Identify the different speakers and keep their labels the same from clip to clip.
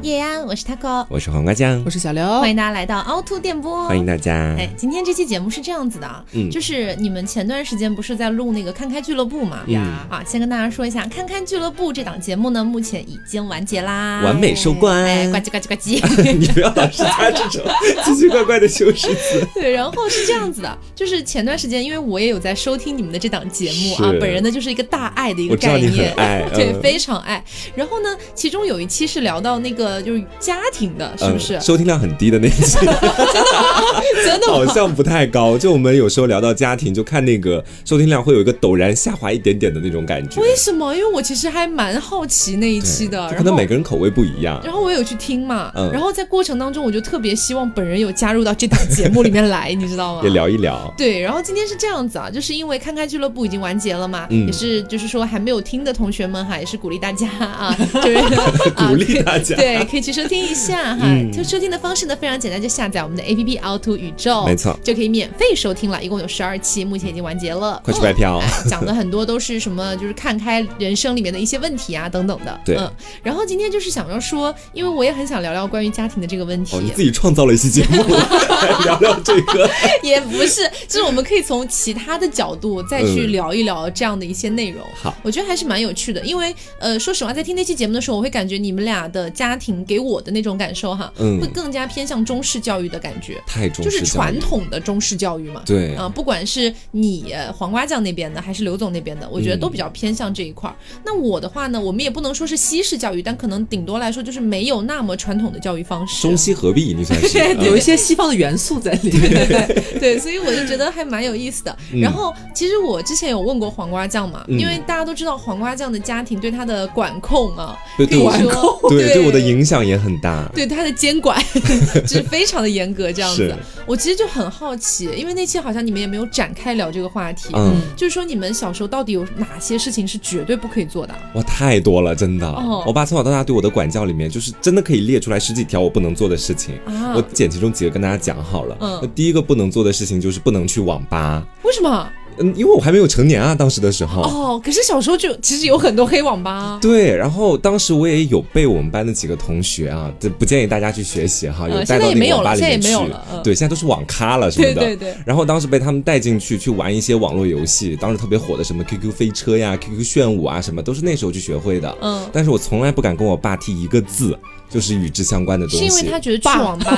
Speaker 1: 夜安，我是 Taco，
Speaker 2: 我是黄瓜酱
Speaker 3: 我，是小刘，
Speaker 1: 欢迎大家来到凹凸电波，
Speaker 2: 欢迎大家。
Speaker 1: 哎，今天这期节目是这样子的啊，
Speaker 2: 嗯
Speaker 1: 就是你们前段时间不是在录那个《看开俱乐部》嘛，
Speaker 2: 嗯
Speaker 1: 啊，先跟大家说一下，《看开俱乐部》这档节目呢，目前已经完结啦，
Speaker 2: 完美收官
Speaker 1: 哎，呱唧呱唧呱唧。
Speaker 2: 你不要老是加这种奇奇怪怪的修饰词。
Speaker 1: 对，然后是这样子的，就是前段时间，因为我也有在收听你们的这档节目啊
Speaker 2: 是，
Speaker 1: 本人呢就是一个大爱的一个
Speaker 2: 我知道
Speaker 1: 概
Speaker 2: 你很
Speaker 1: 念，
Speaker 2: 爱
Speaker 1: 对，
Speaker 2: 嗯
Speaker 1: 非常爱。然后呢，其中有一期是聊到那个就是家庭的， 是不是？
Speaker 2: 嗯收听量很低的那一期，
Speaker 1: 真的吗
Speaker 2: 好像不太高。就我们有时候聊到家庭，就看那个收听量会有一个陡然下滑一点点的那种感觉。
Speaker 1: 为什么？因为我其实还蛮好奇那一
Speaker 2: 对
Speaker 1: 期的，
Speaker 2: 就
Speaker 1: 然
Speaker 2: 可能
Speaker 1: 后
Speaker 2: 每个人口味不一样。
Speaker 1: 然后我有去听嘛，
Speaker 2: 嗯
Speaker 1: 然后在过程当中，我就特别希望本人有加入到这档节目里面来，你知道吗？
Speaker 2: 也聊一聊，
Speaker 1: 对，然后今天是这样子啊，就是因为看开俱乐部已经完结了嘛，
Speaker 2: 嗯
Speaker 1: 也是就是说还没有听的同学们哈，也是鼓励大家 啊，就是
Speaker 2: 鼓励
Speaker 1: 啊
Speaker 2: 大家。
Speaker 1: 可以对，可以去收听一下哈。
Speaker 2: 嗯
Speaker 1: 就收听的方式呢非常简单，就下载我们的 APP 凹凸宇宙，
Speaker 2: 没错
Speaker 1: 就可以免费收听了，一共有十二期，目前已经完结了。
Speaker 2: 快去白嫖
Speaker 1: 嗯哎讲的很多都是什么，就是看开人生里面的一些问题啊等等的。
Speaker 2: 对
Speaker 1: 嗯。然后今天就是想要说，因为我也很想聊聊关于家庭的这个问题。
Speaker 2: 哦， 你自己创造了一期节目，来聊聊这个。
Speaker 1: 也不是，就是我们可以从其他的角度再去聊一聊这样的一些内容。
Speaker 2: 好
Speaker 1: 我觉得还是蛮有趣的，因为呃，说实话，在听那期节目的时候，我会感觉你们俩的家庭给我的那种感受哈，
Speaker 2: 嗯
Speaker 1: 会更加偏向中式教育的感觉，
Speaker 2: 太重
Speaker 1: 就
Speaker 2: 视
Speaker 1: 是
Speaker 2: 教育
Speaker 1: 传统的中式教育嘛。
Speaker 2: 对
Speaker 1: 啊、不管是你呃黄瓜酱那边的，还是刘总那边的，我觉得
Speaker 2: 嗯
Speaker 1: 都比较偏向这一块儿。那我的话呢，我们也不能说是西式教育，但可能顶多来说就是没有那么传统的教育方式。
Speaker 2: 中西合璧，你算是
Speaker 1: 对
Speaker 3: 有
Speaker 2: 嗯
Speaker 3: 一些西方的元素在里面。
Speaker 1: 对，所以我就觉得还蛮有意思的。然后，其实我之前有问过黄瓜酱嘛，
Speaker 2: 嗯
Speaker 1: 因为大家都知道黄瓜酱的家庭对他的管控啊，
Speaker 2: 嗯对
Speaker 1: 可以
Speaker 2: 对我
Speaker 1: 说
Speaker 2: 对对我的影响也很大。
Speaker 1: 对他的监管 就是非常的严格这样子
Speaker 2: 是。
Speaker 1: 我其实就很好奇，因为那期好像你们也没有展开聊这个话题，
Speaker 2: 嗯，
Speaker 1: 就是说你们小时候到底有哪些事情是绝对不可以做的？
Speaker 2: 哇，太多了，真的。
Speaker 1: 哦
Speaker 2: 我爸从小到大对我的管教里面，就是真的可以列出来十几条我不能做的事情。
Speaker 1: 啊
Speaker 2: 我捡其中几个跟大家讲好了。
Speaker 1: 嗯
Speaker 2: 那第一个不能做的事情就是不能去网吧。
Speaker 1: 为什么？
Speaker 2: 嗯，因为我还没有成年啊，当时的时候。
Speaker 1: 哦，可是小时候就其实有很多黑网吧啊。
Speaker 2: 对，然后当时我也有被我们班的几个同学啊，这不建议大家去学习哈，
Speaker 1: 呃
Speaker 2: 有
Speaker 1: 现在
Speaker 2: 带到
Speaker 1: 也
Speaker 2: 那
Speaker 1: 没
Speaker 2: 个
Speaker 1: 有
Speaker 2: 网吧
Speaker 1: 了
Speaker 2: 里
Speaker 1: 现在
Speaker 2: 面
Speaker 1: 也
Speaker 2: 去。
Speaker 1: 没有了嗯
Speaker 2: 对，现在都是网咖了什么
Speaker 1: 对
Speaker 2: 的。
Speaker 1: 对对，
Speaker 2: 然后当时被他们带进去去玩一些网络游戏，当时特别火的什么 QQ 飞车呀、QQ 炫舞啊什么，都是那时候去学会的。
Speaker 1: 嗯，
Speaker 2: 但是我从来不敢跟我爸提一个字，就是与之相关的东
Speaker 1: 是
Speaker 2: 西。
Speaker 1: 因为他觉得去
Speaker 3: 爸
Speaker 1: 网吧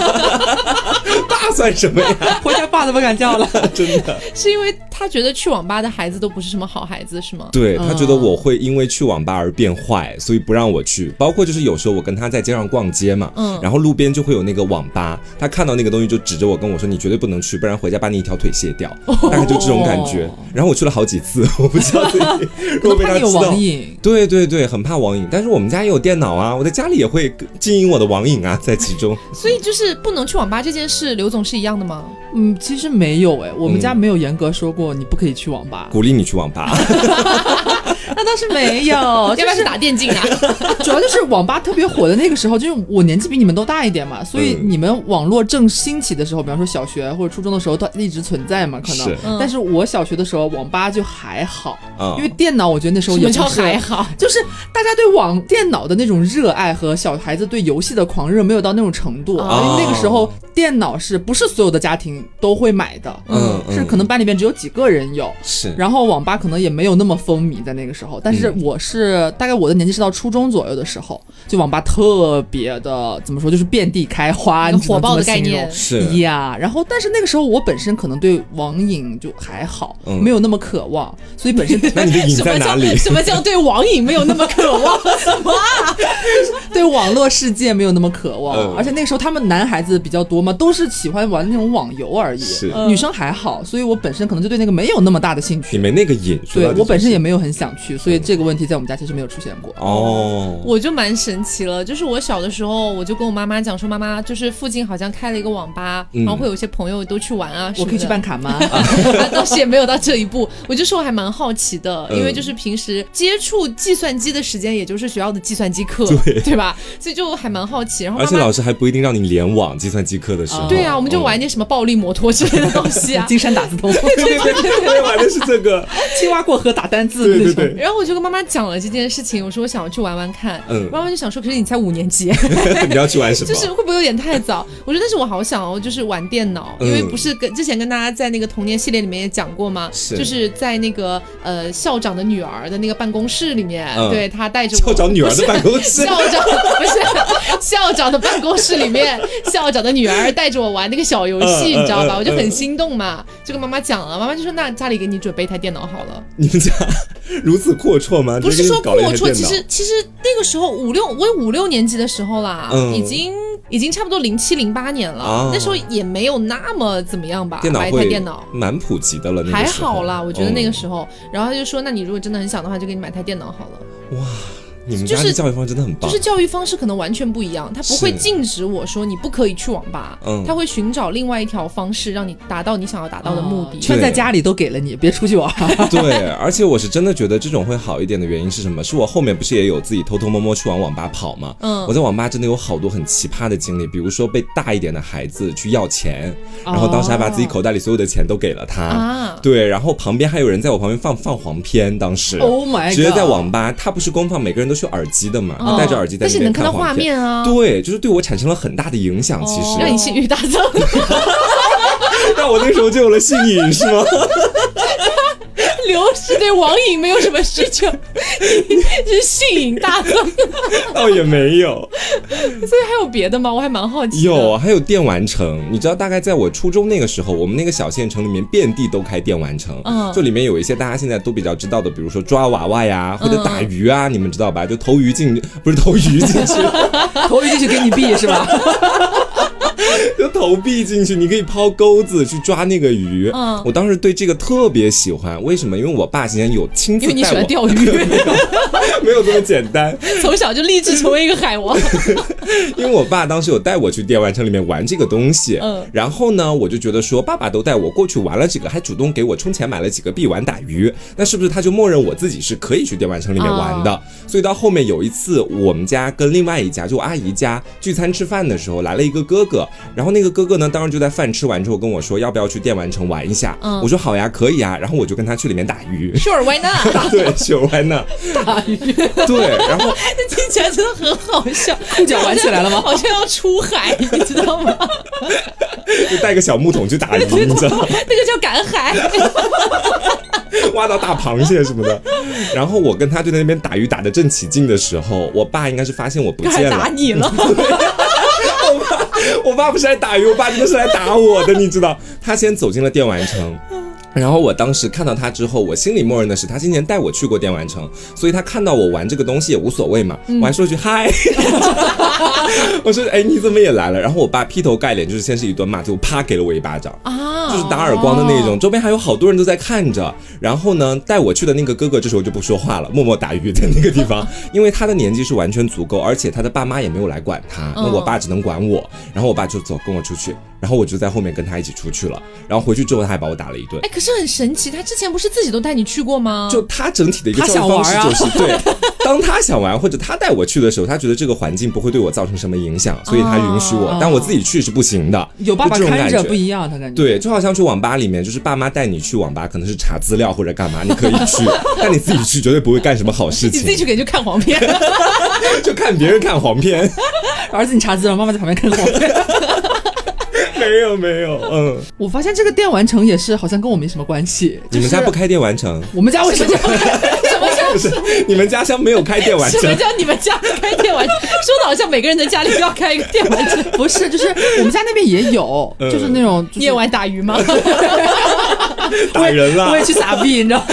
Speaker 2: 爸啊算什么呀？
Speaker 3: 回家爸都不敢叫了。
Speaker 2: 真的，
Speaker 1: 是因为他觉得去网吧的孩子都不是什么好孩子，是吗？
Speaker 2: 对他觉
Speaker 1: 嗯
Speaker 2: 得我会因为去网吧而变坏，所以不让我去。包括就是有时候我跟他在街上逛街嘛，
Speaker 1: 嗯
Speaker 2: 然后路边就会有那个网吧，他看到那个东西就指着我跟我说：“你绝对不能去，不然回家把你一条腿卸掉。”
Speaker 1: 哦
Speaker 2: 大概就这种感觉。 然后我去了好几次，我不知道自己如果被
Speaker 3: 怕
Speaker 2: 他
Speaker 3: 你有
Speaker 2: 知道
Speaker 3: 网。瘾，
Speaker 2: 对对对，很怕网瘾，但是我们家也有电脑啊，我在家里也会经营我的网瘾啊，在其中。
Speaker 1: 所以就是不能去网吧这件事，刘总是一样的吗？
Speaker 3: 嗯，其实没有哎，我们家
Speaker 2: 嗯
Speaker 3: 没有严格说过你不可以去网吧，
Speaker 2: 鼓励你去网吧，
Speaker 3: 那倒是没有
Speaker 1: 要 不要去打电竞啊？
Speaker 3: 主要就是网吧特别火的那个时候，就是我年纪比你们都大一点嘛，所以
Speaker 2: 嗯
Speaker 3: 你们网络正兴起的时候，比方说小学或者初中的时候，它一直存在嘛，可
Speaker 2: 是
Speaker 3: 能。
Speaker 1: 嗯
Speaker 3: 但是我小学的时候，网吧就还好，
Speaker 2: 啊
Speaker 3: 因为电脑，我觉得那时候
Speaker 1: 什
Speaker 3: 也
Speaker 1: 么
Speaker 3: 不
Speaker 1: 叫
Speaker 3: 是
Speaker 1: 还好？
Speaker 3: 就是大家对网电脑的那种热爱和小孩子对游戏的狂热没有到那种程度，
Speaker 1: 哦
Speaker 3: 因为那个时候电脑是不是所有的家庭都会买的，
Speaker 2: 嗯
Speaker 3: 是可能班里边只有几个人有。
Speaker 2: 是
Speaker 3: 然后网吧可能也没有那么风靡在那个时候，但是
Speaker 2: 嗯
Speaker 3: 我是大概我的年纪是到初中左右的时候，就网吧特别的怎么说，就是遍地开花，
Speaker 1: 一个
Speaker 3: 你只能
Speaker 1: 火爆的
Speaker 3: 这
Speaker 1: 概
Speaker 3: 么形
Speaker 1: 念
Speaker 3: 容
Speaker 2: 是
Speaker 3: 呀然后，但是那个时候我本身可能对网瘾就还好，
Speaker 2: 嗯
Speaker 3: 没有那么渴望，所以本身
Speaker 2: 那你的瘾
Speaker 1: 什么
Speaker 2: 在哪
Speaker 1: 叫
Speaker 2: 里？
Speaker 1: 什么叫对网瘾没有那么渴望？什么啊？
Speaker 3: 对网络世界没有那么渴望，
Speaker 2: 嗯
Speaker 3: 而且那个时候他们男孩子比较多嘛，都是喜欢玩那种网游而已，
Speaker 2: 是
Speaker 1: 嗯
Speaker 3: 女生还好，所以我本身可能就对那个没有那么大的兴
Speaker 2: 你
Speaker 3: 趣。
Speaker 2: 没那个瘾，说
Speaker 3: 对
Speaker 2: 到底
Speaker 3: 我本身
Speaker 2: 就是
Speaker 3: 也没有很想去，所以这个问题在我们家其实没有出现过。
Speaker 2: 哦，
Speaker 1: 我就蛮神奇了，就是我小的时候，我就跟我妈妈讲说，妈妈就是附近好像开了一个网吧，
Speaker 2: 嗯
Speaker 1: 然后会有一些朋友都去玩啊，
Speaker 3: 我可以去办
Speaker 1: 卡。
Speaker 3: 卡吗？
Speaker 1: 啊 当时也没有到这一步，我就说我还蛮好奇的，因
Speaker 2: 嗯
Speaker 1: 为就是平时接触计算机的时间，也就是学校的计算机课，
Speaker 2: 对
Speaker 1: 对吧？所以就还蛮好奇。然后
Speaker 2: 而
Speaker 1: 妈
Speaker 2: 且
Speaker 1: 妈
Speaker 2: 老师还不一定让你联网计算机课的时候。
Speaker 3: 啊
Speaker 1: 对啊，我们就
Speaker 2: 嗯
Speaker 1: 玩一。点什么暴力摩托之 类的东西啊。
Speaker 3: 金山打字通，
Speaker 2: 对对对对，对玩的是这个。
Speaker 3: 青蛙过河打单字
Speaker 2: 对
Speaker 3: 那
Speaker 2: 对
Speaker 3: 种
Speaker 2: 对，对，
Speaker 1: 然后我就跟妈妈讲了这件事情，我说我想要去玩玩看。
Speaker 2: 嗯
Speaker 1: 妈妈就想说，可是你才五年级，
Speaker 2: 你要去玩什么？
Speaker 1: 就是会不会有点太早？我说，但是我好想哦，就是玩电脑，因为
Speaker 2: 嗯
Speaker 1: 不是跟之前跟大家在那个童年系列里面也讲过嘛，
Speaker 2: 是
Speaker 1: 就是在那个呃校长的女儿的那个办公室里面，
Speaker 2: 嗯
Speaker 1: 对他带着我
Speaker 2: 校长女儿的办公室
Speaker 1: 校，长不是校长的办公室里面，校长的女儿带着我玩那个小游戏，
Speaker 2: 嗯嗯
Speaker 1: 你知道吧？
Speaker 2: 嗯
Speaker 1: 我就很
Speaker 2: 嗯
Speaker 1: 心动嘛，就跟妈妈讲了，妈妈就说那家里给你准备一台电脑好了。
Speaker 2: 你们家如此阔绰吗？
Speaker 1: 不
Speaker 2: 直
Speaker 1: 是
Speaker 2: 接给
Speaker 1: 说
Speaker 2: 你搞了一
Speaker 1: 阔绰，
Speaker 2: 台电
Speaker 1: 其
Speaker 2: 脑
Speaker 1: 实其实那个时候五六，我有五六年级的时候啦，
Speaker 2: 嗯
Speaker 1: 已经已经差不多零七零八年了、
Speaker 2: 啊
Speaker 1: 那时候也没有那么怎么样吧，
Speaker 2: 电脑
Speaker 1: 买一台
Speaker 2: 会
Speaker 1: 电脑。
Speaker 2: 蛮普及的了，那个
Speaker 1: 还
Speaker 2: 时候嗯哦
Speaker 1: 好啦，我觉得那个时
Speaker 2: 候、
Speaker 1: 候，然后他就说，那你如果真的很想的话，就给你买台电脑好了。
Speaker 2: 你们
Speaker 1: 就
Speaker 2: 家
Speaker 1: 是
Speaker 2: 的教育方式真的很
Speaker 1: 就
Speaker 2: 棒，
Speaker 1: 是教育方式可能完全不一样，他不会
Speaker 2: 是
Speaker 1: 禁止我说你不可以去网吧，
Speaker 2: 嗯
Speaker 1: 他会寻找另外一条方式让你达到你想要达到的目的。
Speaker 2: 对
Speaker 3: 圈在家里都给了你，别出去玩。
Speaker 2: 对，而且我是真的觉得这种会好一点的原因是什么？是我后面不是也有自己偷偷摸摸去往网吧跑吗？
Speaker 1: 嗯
Speaker 2: 我在网吧真的有好多很奇葩的经历，比如说被大一点的孩子去要钱，然后当时还把自己口袋里所有的钱都给了他。
Speaker 1: 哦啊
Speaker 2: 对，然后旁边还有人在我旁边放放黄片，当时
Speaker 3: Oh my god！
Speaker 2: 直接在网吧，他不是公放每个人都是有耳机的嘛，
Speaker 1: 嗯
Speaker 2: 戴着耳机在
Speaker 1: 但
Speaker 2: 那
Speaker 1: 是你
Speaker 2: 边
Speaker 1: 能看
Speaker 2: 看
Speaker 1: 到
Speaker 2: 黄
Speaker 1: 画面啊，
Speaker 2: 对，就是对我产生了很大的影响，其实
Speaker 3: 哦
Speaker 1: 让你性欲大增。
Speaker 2: 让我那时候就有了性瘾，是吗？
Speaker 1: 刘氏对网瘾没有什么需求，是性瘾大增。
Speaker 2: 倒也没有，
Speaker 1: 所以还有别的吗？我还蛮好奇的。
Speaker 2: 有，啊还有电玩城，你知道，大概在我初中那个时候，我们那个小县城里面遍地都开电玩城，
Speaker 1: 嗯
Speaker 2: 就里面有一些大家现在都比较知道的，比如说抓娃娃呀，或者打
Speaker 1: 嗯
Speaker 2: 鱼啊，你们知道吧？就投鱼进， 不是投鱼进去，
Speaker 3: 头一进去给你币是吧？
Speaker 2: 就投币进去，你可以抛钩子去抓那个鱼。
Speaker 1: 嗯
Speaker 2: 我当时对这个特别喜欢，为什么？因为我爸之前有亲自
Speaker 1: 因为你
Speaker 2: 带
Speaker 1: 喜欢
Speaker 2: 我，
Speaker 1: 钓鱼，
Speaker 2: 没有这么简单，
Speaker 1: 从小就立志成为一个海 王。
Speaker 2: 因为我爸当时有带我去电玩城里面玩这个东西，
Speaker 1: 嗯
Speaker 2: 然后呢，我就觉得说，爸爸都带我过去玩了这个，还主动给我充钱买了几个币玩打鱼，那是不是他就默认我自己是可以去电玩城里面玩
Speaker 1: 啊
Speaker 2: 的？所以到后面有一次，我们家跟另外一家，就我阿姨家聚餐吃饭的时候，来了一个哥哥，然后那个哥哥呢，当时就在饭吃完之后跟我说，要不要去电玩城玩一下？
Speaker 1: 嗯。
Speaker 2: 我说好呀，可以啊，然后我就跟他去里面打鱼
Speaker 1: Sure, why not？
Speaker 2: 对，秀完呢，
Speaker 3: 大鱼
Speaker 2: 对，然后
Speaker 1: 这听起来真的很好笑，
Speaker 3: 裤脚挽起来了吗
Speaker 1: 好像要出海， 你知道吗？
Speaker 2: 就带个小木桶去打鱼，你知道吗？
Speaker 1: 那个叫赶海。
Speaker 2: 挖到大螃蟹什么的。然后我跟他就在那边打鱼打得正起劲的时候，我爸应该是发现我不
Speaker 1: 还
Speaker 2: 见
Speaker 1: 打
Speaker 2: 了。
Speaker 1: 你了，
Speaker 2: 我爸，我爸不是来打鱼，我爸真的是来打我的，你知道？他先走进了电玩城。然后我当时看到他之后，我心里默认的是他今年带我去过电玩城，所以他看到我玩这个东西也无所谓嘛。
Speaker 1: 嗯
Speaker 2: 我还说 句嗨，我说哎你怎么也来了？然后我爸劈头盖脸就是先是一顿骂，就啪给了我一巴掌。
Speaker 1: 啊
Speaker 3: 哦
Speaker 2: 就是打耳光的那种，周边还有好多人都在看着。然后呢，带我去的那个哥哥这时候就不说话了，默默打鱼在那个地 方，因为他的年纪是完全足够，而且他的爸妈也没有来管
Speaker 3: 哦
Speaker 2: 他，那
Speaker 1: 嗯
Speaker 2: 我爸只能管我。然后我爸就走跟我出去，然后我就在后面跟他一起出去了。然后回去之后他还把我打了一顿
Speaker 1: 哎，。可是很神奇，他之前不是自己都带你去过吗？
Speaker 2: 就他整体的一个
Speaker 3: 哦他
Speaker 2: 教育
Speaker 3: 想
Speaker 2: 方式
Speaker 3: 玩啊
Speaker 2: 就是、 对，当他想玩或者他带我去的时候，他觉得这个环境不会对我造成什么影响，所以他允许我。
Speaker 3: 哦
Speaker 2: 但我自己去是不行的，
Speaker 3: 有爸爸
Speaker 2: 就这种
Speaker 3: 看
Speaker 2: 感
Speaker 3: 着
Speaker 2: 觉
Speaker 3: 不一样，他感觉。
Speaker 2: 对，就好像去网吧里面，就是爸妈带你去网吧，可能是查资料或者干嘛，你可以去，但你自己去绝对不会干什么好事
Speaker 1: 你自己
Speaker 2: 情，
Speaker 1: 去给人家看黄片，
Speaker 2: 就看别人看黄片。
Speaker 3: 儿子，你查资料，妈妈在旁边看我。
Speaker 2: 没有没有，嗯，
Speaker 3: 我发现这个电玩城也是好像跟我没什么关系。
Speaker 2: 你们家不开电玩城？
Speaker 3: 我们家为什么？
Speaker 2: 不是， 你们家乡没有开电玩
Speaker 1: 什么
Speaker 2: 城。
Speaker 1: 叫你们家开电玩？说的好像每个人的家里都要开一个电玩 城。
Speaker 3: 不是，就是我们家那边也有，
Speaker 2: 嗯
Speaker 3: 就是那种就是
Speaker 1: 夜晚打鱼吗？
Speaker 2: 打人啦
Speaker 3: 我也去撒币，你知道吗？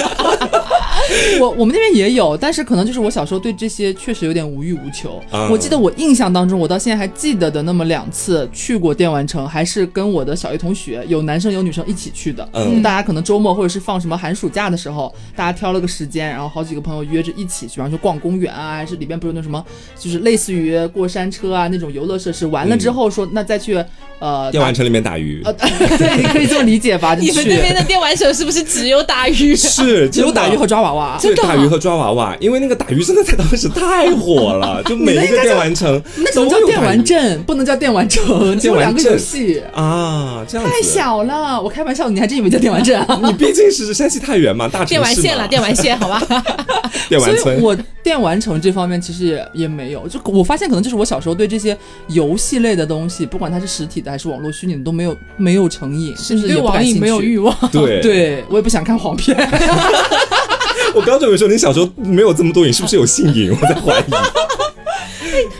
Speaker 3: 我我们那边也有，但是可能就是我小时候对这些确实有点无欲无求。
Speaker 2: 啊
Speaker 3: 我记得我印象当中，我到现在还记得的那么两次去过电玩城，还是跟我的小学同学，有男生有女生一起去的。
Speaker 2: 嗯
Speaker 3: 大家可能周末或者是放什么寒暑假的时候，大家挑了个时间，然后好几个朋友约着一起去，比方说逛公园啊，还是里边不是那什么，就是类似于过山车啊那种游乐设施。完了之后说，那再去呃
Speaker 2: 电玩城里面打鱼，
Speaker 3: 打 对，你可以这么理解吧？就
Speaker 1: 你们那
Speaker 3: 去
Speaker 1: 边的电玩城是不是只有打鱼？
Speaker 2: 是
Speaker 3: 只有打鱼和抓娃娃，
Speaker 1: 真
Speaker 2: 对
Speaker 1: 的啊
Speaker 2: 打鱼和抓娃娃，因为那个打鱼真的在当时太火了，就每一个电玩城
Speaker 3: 那只
Speaker 2: 都
Speaker 3: 能叫
Speaker 2: 有
Speaker 3: 电
Speaker 2: 打
Speaker 3: 玩
Speaker 2: 鱼
Speaker 3: 镇，不能叫电 玩城，只有两个游戏。
Speaker 2: 啊，这样子
Speaker 3: 太小了，我开玩笑，你还真以为叫电玩 镇啊？
Speaker 2: 你毕竟是山西太原嘛，大城市
Speaker 1: 电
Speaker 2: 嘛
Speaker 1: 玩线了，电玩线，好 吧？
Speaker 2: 电
Speaker 3: 所
Speaker 2: 玩
Speaker 3: 以
Speaker 2: 村，
Speaker 3: 我电玩城这方面其实也也没有，就我发现可能就是我小时候对这些游戏类的东西，不管它是实体的还是网络虚拟的，都没有没有成瘾，甚 至
Speaker 1: 对
Speaker 3: 也不
Speaker 1: 网
Speaker 3: 感兴
Speaker 1: 瘾
Speaker 3: 趣。
Speaker 1: 没有欲望，
Speaker 2: 对，
Speaker 3: 对我也不想看黄片，
Speaker 2: 我刚准备说你小时候没有这么多瘾，是不是有性瘾？ 我在怀疑。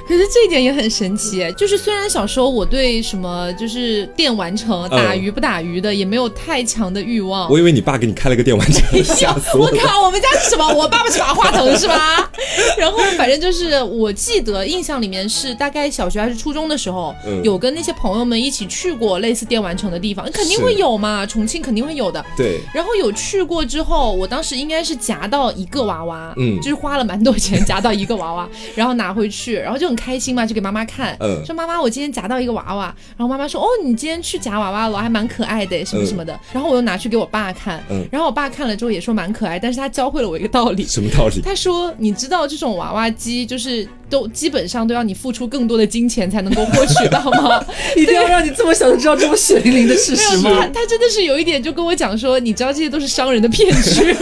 Speaker 1: 可是这一点也很神奇，哎就是虽然小时候我对什么就是电玩城打鱼不打鱼的也没有太强的欲望。
Speaker 2: 我以为你爸给你开了个电玩城，吓 死
Speaker 1: 我
Speaker 2: 我了。
Speaker 1: 靠，我们家是什么？我爸爸是把话筒是吧？ 然后反正就是，我记得印象里面是大概小学还是初中的时候，
Speaker 2: 嗯
Speaker 1: 有跟那些朋友们一起去过类似电玩城的地方，肯定
Speaker 2: 是
Speaker 1: 会有嘛，重庆肯定会有的。
Speaker 2: 对，
Speaker 1: 然后有去过之后，我当时应该是夹到一个娃娃，
Speaker 2: 嗯
Speaker 1: 就是花了蛮多钱夹到一个娃 娃，然后拿回去，然后就很开心嘛，就给妈妈看，
Speaker 2: 嗯
Speaker 1: 说妈妈，我今天夹到一个娃娃，然后妈妈说，哦，你今天去夹娃娃了，还蛮可爱的，什么什么的，然后我又拿去给我爸看，
Speaker 2: 嗯
Speaker 1: 然后我爸看了之后也说蛮可爱，但是他教会了我一个道理，
Speaker 2: 什么道理？
Speaker 1: 他说：“你知道这种娃娃机就是都基本上都要你付出更多的金钱才能够获取到吗？
Speaker 3: 一定要让你这么小就知道这么血淋淋的事实
Speaker 1: 没有，他
Speaker 3: 吗？
Speaker 1: 他真的是有一点就跟我讲说，你知道这些都是商人的骗局。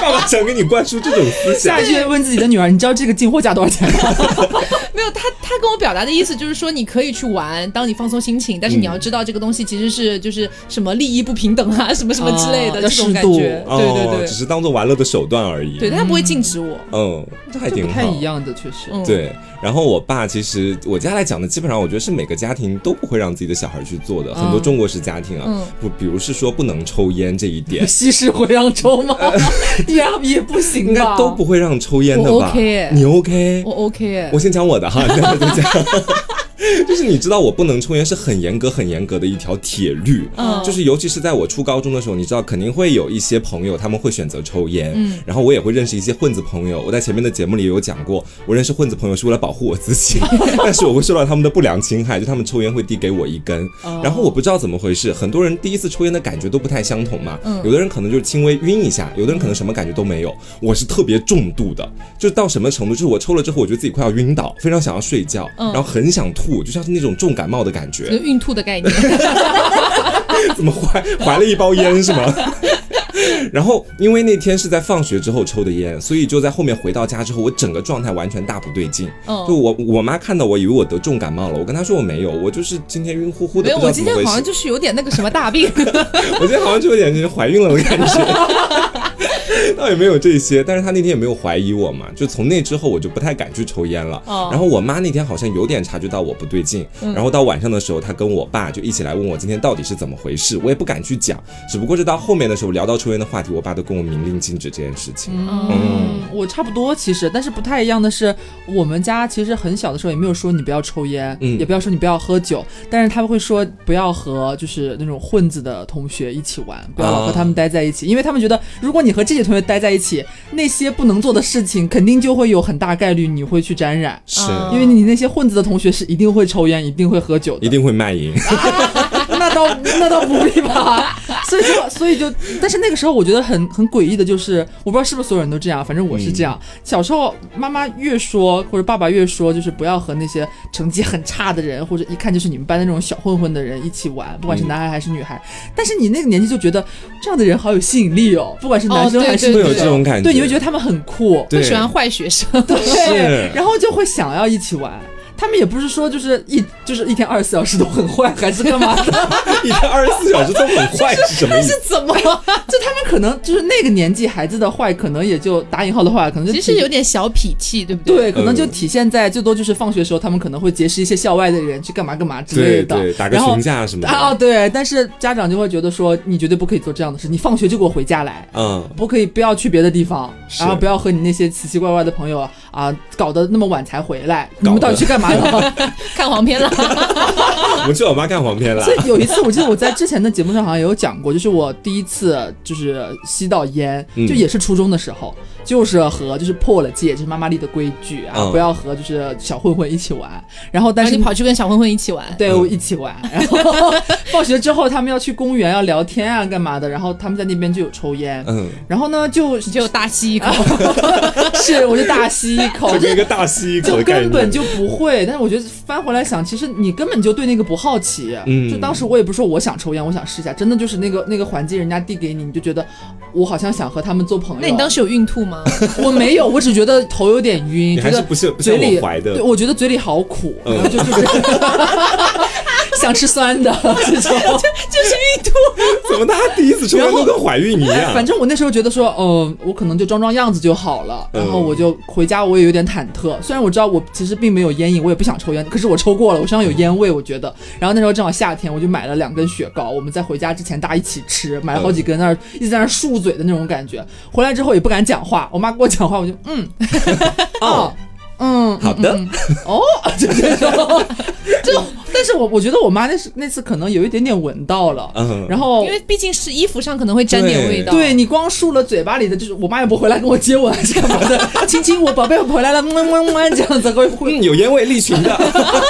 Speaker 2: 爸爸想给你灌输这种思想
Speaker 3: 下。一句问自己的女儿，你知道这个进货价多少钱吗？
Speaker 1: 没有，他他跟我表达的意思就是说，你可以去玩，当你放松心情，但是你要知道这个东西其实是就是什么利益不平等啊，什么什么之类的、
Speaker 3: 啊
Speaker 1: 这
Speaker 3: 要
Speaker 1: 种
Speaker 3: 适
Speaker 1: 感
Speaker 3: 度
Speaker 1: 觉。
Speaker 2: 哦
Speaker 1: 对对
Speaker 2: 只
Speaker 1: 对，
Speaker 2: 是当做玩乐的手段而已。
Speaker 1: 对，但他不会禁止我。
Speaker 2: 嗯，这还
Speaker 3: 这
Speaker 2: 挺
Speaker 3: 不
Speaker 2: 好。
Speaker 3: 太一样的，确实。
Speaker 1: 嗯，，
Speaker 2: 对，然后我爸其实我接下来讲的，基本上我觉得是每个家庭都不会让自己的小孩去做的，很多
Speaker 3: 嗯
Speaker 2: 中国式家庭啊
Speaker 1: 嗯，
Speaker 2: 不、比如是说不能抽烟这一 点，
Speaker 3: 西施回扬州吗？ 也也不
Speaker 2: 应
Speaker 3: 行
Speaker 2: 该
Speaker 3: 吧？
Speaker 2: 都不会让抽烟的
Speaker 1: 我
Speaker 2: 吧
Speaker 1: OK 哎
Speaker 2: 你 OK？
Speaker 1: 我 OK 哎
Speaker 2: 我先讲我的哈， 你待会儿再讲。就是你知道我不能抽烟是很严格很严格的一条铁律，
Speaker 1: 嗯
Speaker 2: 就是尤其是在我初高中的时候，你知道肯定会有一些朋友他们会选择抽烟，
Speaker 1: 嗯
Speaker 2: 然后我也会认识一些混子朋友。我在前面的节目里有讲过，我认识混子朋友是为了保护我 自己，但是我会受到他们的不良侵害，就他们抽烟会递给我一根，
Speaker 1: 哦
Speaker 2: 然后我不知道怎么回事，很多人第一次抽烟的感觉都不太相同嘛，
Speaker 1: 嗯
Speaker 2: 有的人可能就是轻微晕一下，有的人可能什么感觉都没有，我是特别重度的，就是到什么程度，就是我抽了之后，我觉得自己快要晕倒，非常想要睡觉，然后很想吐，就像是那种重感冒的感觉
Speaker 1: 嗯就，孕吐的概念。
Speaker 2: 怎么怀怀了一包烟是吗？ 然后，因为那天是在放学之后抽的烟，所以就在后面回到家之后，我整个状态完全大不对劲。
Speaker 1: 嗯
Speaker 2: 就我我妈看到我，以为我得重感冒了。我跟她说我没有，我就是今天晕乎乎
Speaker 1: 没
Speaker 2: 的，
Speaker 1: 有，
Speaker 2: 不知
Speaker 1: 我
Speaker 2: 道
Speaker 1: 今
Speaker 2: 怎么
Speaker 1: 天
Speaker 2: 回
Speaker 1: 好像。
Speaker 2: 事
Speaker 1: 就是有点那个什么大病。
Speaker 2: 我今天好像就有点就是怀孕了的感觉。 倒也没有这些，但是他那天也没有怀疑我嘛，就从那之后我就不太敢去抽烟了。
Speaker 1: 哦
Speaker 2: 然后我妈那天好像有点察觉到我不对劲，
Speaker 3: 嗯
Speaker 2: 然后到晚上的时候，她跟我爸就一起来问我今天到底是怎么回事，我也不敢去讲，只不过是到后面的时候聊到抽烟的话题，我爸都跟我明令禁止这件事情。
Speaker 1: 嗯
Speaker 3: 嗯，我差不多其实，但是不太一样的是，我们家其实很小的时候也没有说你不要抽烟，
Speaker 2: 嗯
Speaker 3: 也不要说你不要喝酒，但是他们会说不要和就是那种混子的同学一起玩，不要老和他们待在一起，因为他们觉得如果你和这些同学待在一起，那些不能做的事情肯定就会有很大概率你会去沾染，
Speaker 2: 是，
Speaker 1: 嗯
Speaker 3: 因为你那些混子的同学是一定会抽烟，一定会喝酒的，
Speaker 2: 一定会卖淫。
Speaker 3: 那倒那倒不必吧。所以就所以就，但是那个时候我觉得很很诡异的就是，我不知道是不是所有人都这样，反正我是这样。小时候妈妈越说或者爸爸越说，就是不要和那些成绩很差的人或者一看就是你们班的那种小混混的人一起玩，不管是男孩还是女孩。但是你那个年纪就觉得这样的人好有吸引力哦，不管是男生
Speaker 1: 哦对
Speaker 3: 还是女
Speaker 1: 对对
Speaker 3: 生，
Speaker 1: 会有这
Speaker 2: 种感觉
Speaker 3: 对，你会觉得他们很酷，
Speaker 2: 对
Speaker 1: 不喜欢坏学生。
Speaker 3: 对
Speaker 2: 是，
Speaker 3: 然后就会想要一起玩。他们也不是说就是一就是一天二十四小时都很坏，还是干嘛的？
Speaker 2: 一天二十四小时都很坏是什么意思？
Speaker 1: 怎么？
Speaker 3: 就他们可能就是那个年纪孩子的坏，可能也就打引号的坏，可能就
Speaker 1: 其
Speaker 3: 体
Speaker 1: 实有点小痞气，对不对？
Speaker 3: 对，可能就体现在最多就是放学时候，他们可能会结识一些校外的人去干嘛干嘛之类
Speaker 2: 对
Speaker 3: 的，
Speaker 2: 对，打个
Speaker 3: 然后
Speaker 2: 群架什么的。
Speaker 3: 啊、对，但是家长就会觉得说你绝对不可以做这样的事，你放学就给我回家来。
Speaker 2: 嗯，
Speaker 3: 不可以，不要去别的地方，
Speaker 2: 是
Speaker 3: 然后不要和你那些奇奇怪怪的朋友啊搞得那么晚才回来。
Speaker 2: 搞
Speaker 3: 你们到
Speaker 2: 得
Speaker 3: 底去干嘛了？
Speaker 1: 看黄片了。
Speaker 2: 我们去网吧看黄片了
Speaker 3: 所。以有一次，我记得我在之前的节目上好像也有讲过，就是我第一次就是吸到烟，
Speaker 2: 嗯
Speaker 3: 就也是初中的时候，就是和就是破了戒，就是妈妈立的规矩啊，
Speaker 2: 嗯
Speaker 3: 不要和就是小混混一起玩。然后，但
Speaker 1: 然后
Speaker 3: 是
Speaker 1: 你跑去跟小混混一起玩，
Speaker 3: 对，
Speaker 2: 嗯
Speaker 3: 我一起玩。然后 放学之后，他们要去公园要聊天啊，干嘛的？然后他们在那边就有抽烟，
Speaker 2: 嗯，
Speaker 3: 然后呢就
Speaker 1: 你就大吸一口，
Speaker 3: 是 我就大吸一口
Speaker 2: 就，跟一个大吸一口
Speaker 3: 就
Speaker 2: 的概
Speaker 3: 根
Speaker 2: 念，
Speaker 3: 本就不会。但是我觉得翻回来想，其实你根本就对那个不好奇。
Speaker 2: 嗯
Speaker 3: 就当时我也不是说我想抽烟，我想试一下，真的就是那个那个环境，人家递给你，你就觉得我好像想和他们做朋友。
Speaker 1: 那你当时有孕吐吗？
Speaker 3: 我没有，我只觉得头有点晕，
Speaker 2: 你
Speaker 3: 觉
Speaker 2: 还是
Speaker 3: 得
Speaker 2: 不是不像
Speaker 3: 嘴里
Speaker 2: 我怀的
Speaker 3: 对，我觉得嘴里好苦，
Speaker 2: 嗯
Speaker 3: 然后就就是 想吃酸的这种。
Speaker 1: 就是孕吐，
Speaker 2: 怎么大家第一次抽烟都跟怀孕一样？
Speaker 3: 反正我那时候觉得说，哦、我可能就装装样子就好了。
Speaker 2: 嗯
Speaker 3: 然后我就回家，我也有点忐忑。虽然我知道我其实并没有烟瘾，我也不想抽烟，可是我抽过了，我身上有烟味，我觉得。然后那时候正好夏天，我就买了两根雪糕，我们在回家之前大家一起吃，买了好几根，那儿一直在那儿漱嘴的那种感觉。回来之后也不敢讲话，我妈跟我讲话，我就 嗯，哦。嗯，
Speaker 2: 好的，
Speaker 3: 哦，就这种， 就，但是我我觉得我妈那是那次可能有一点点闻到了，
Speaker 2: 嗯，
Speaker 3: 然后
Speaker 1: 因为毕竟是衣服上可能会沾点味道。
Speaker 3: 哦对你光漱了嘴巴里的，就是我妈也不回来跟我接吻还是干嘛的，亲亲我宝贝我回来了，么么么这样子会 会，
Speaker 2: 嗯，有烟味利群的，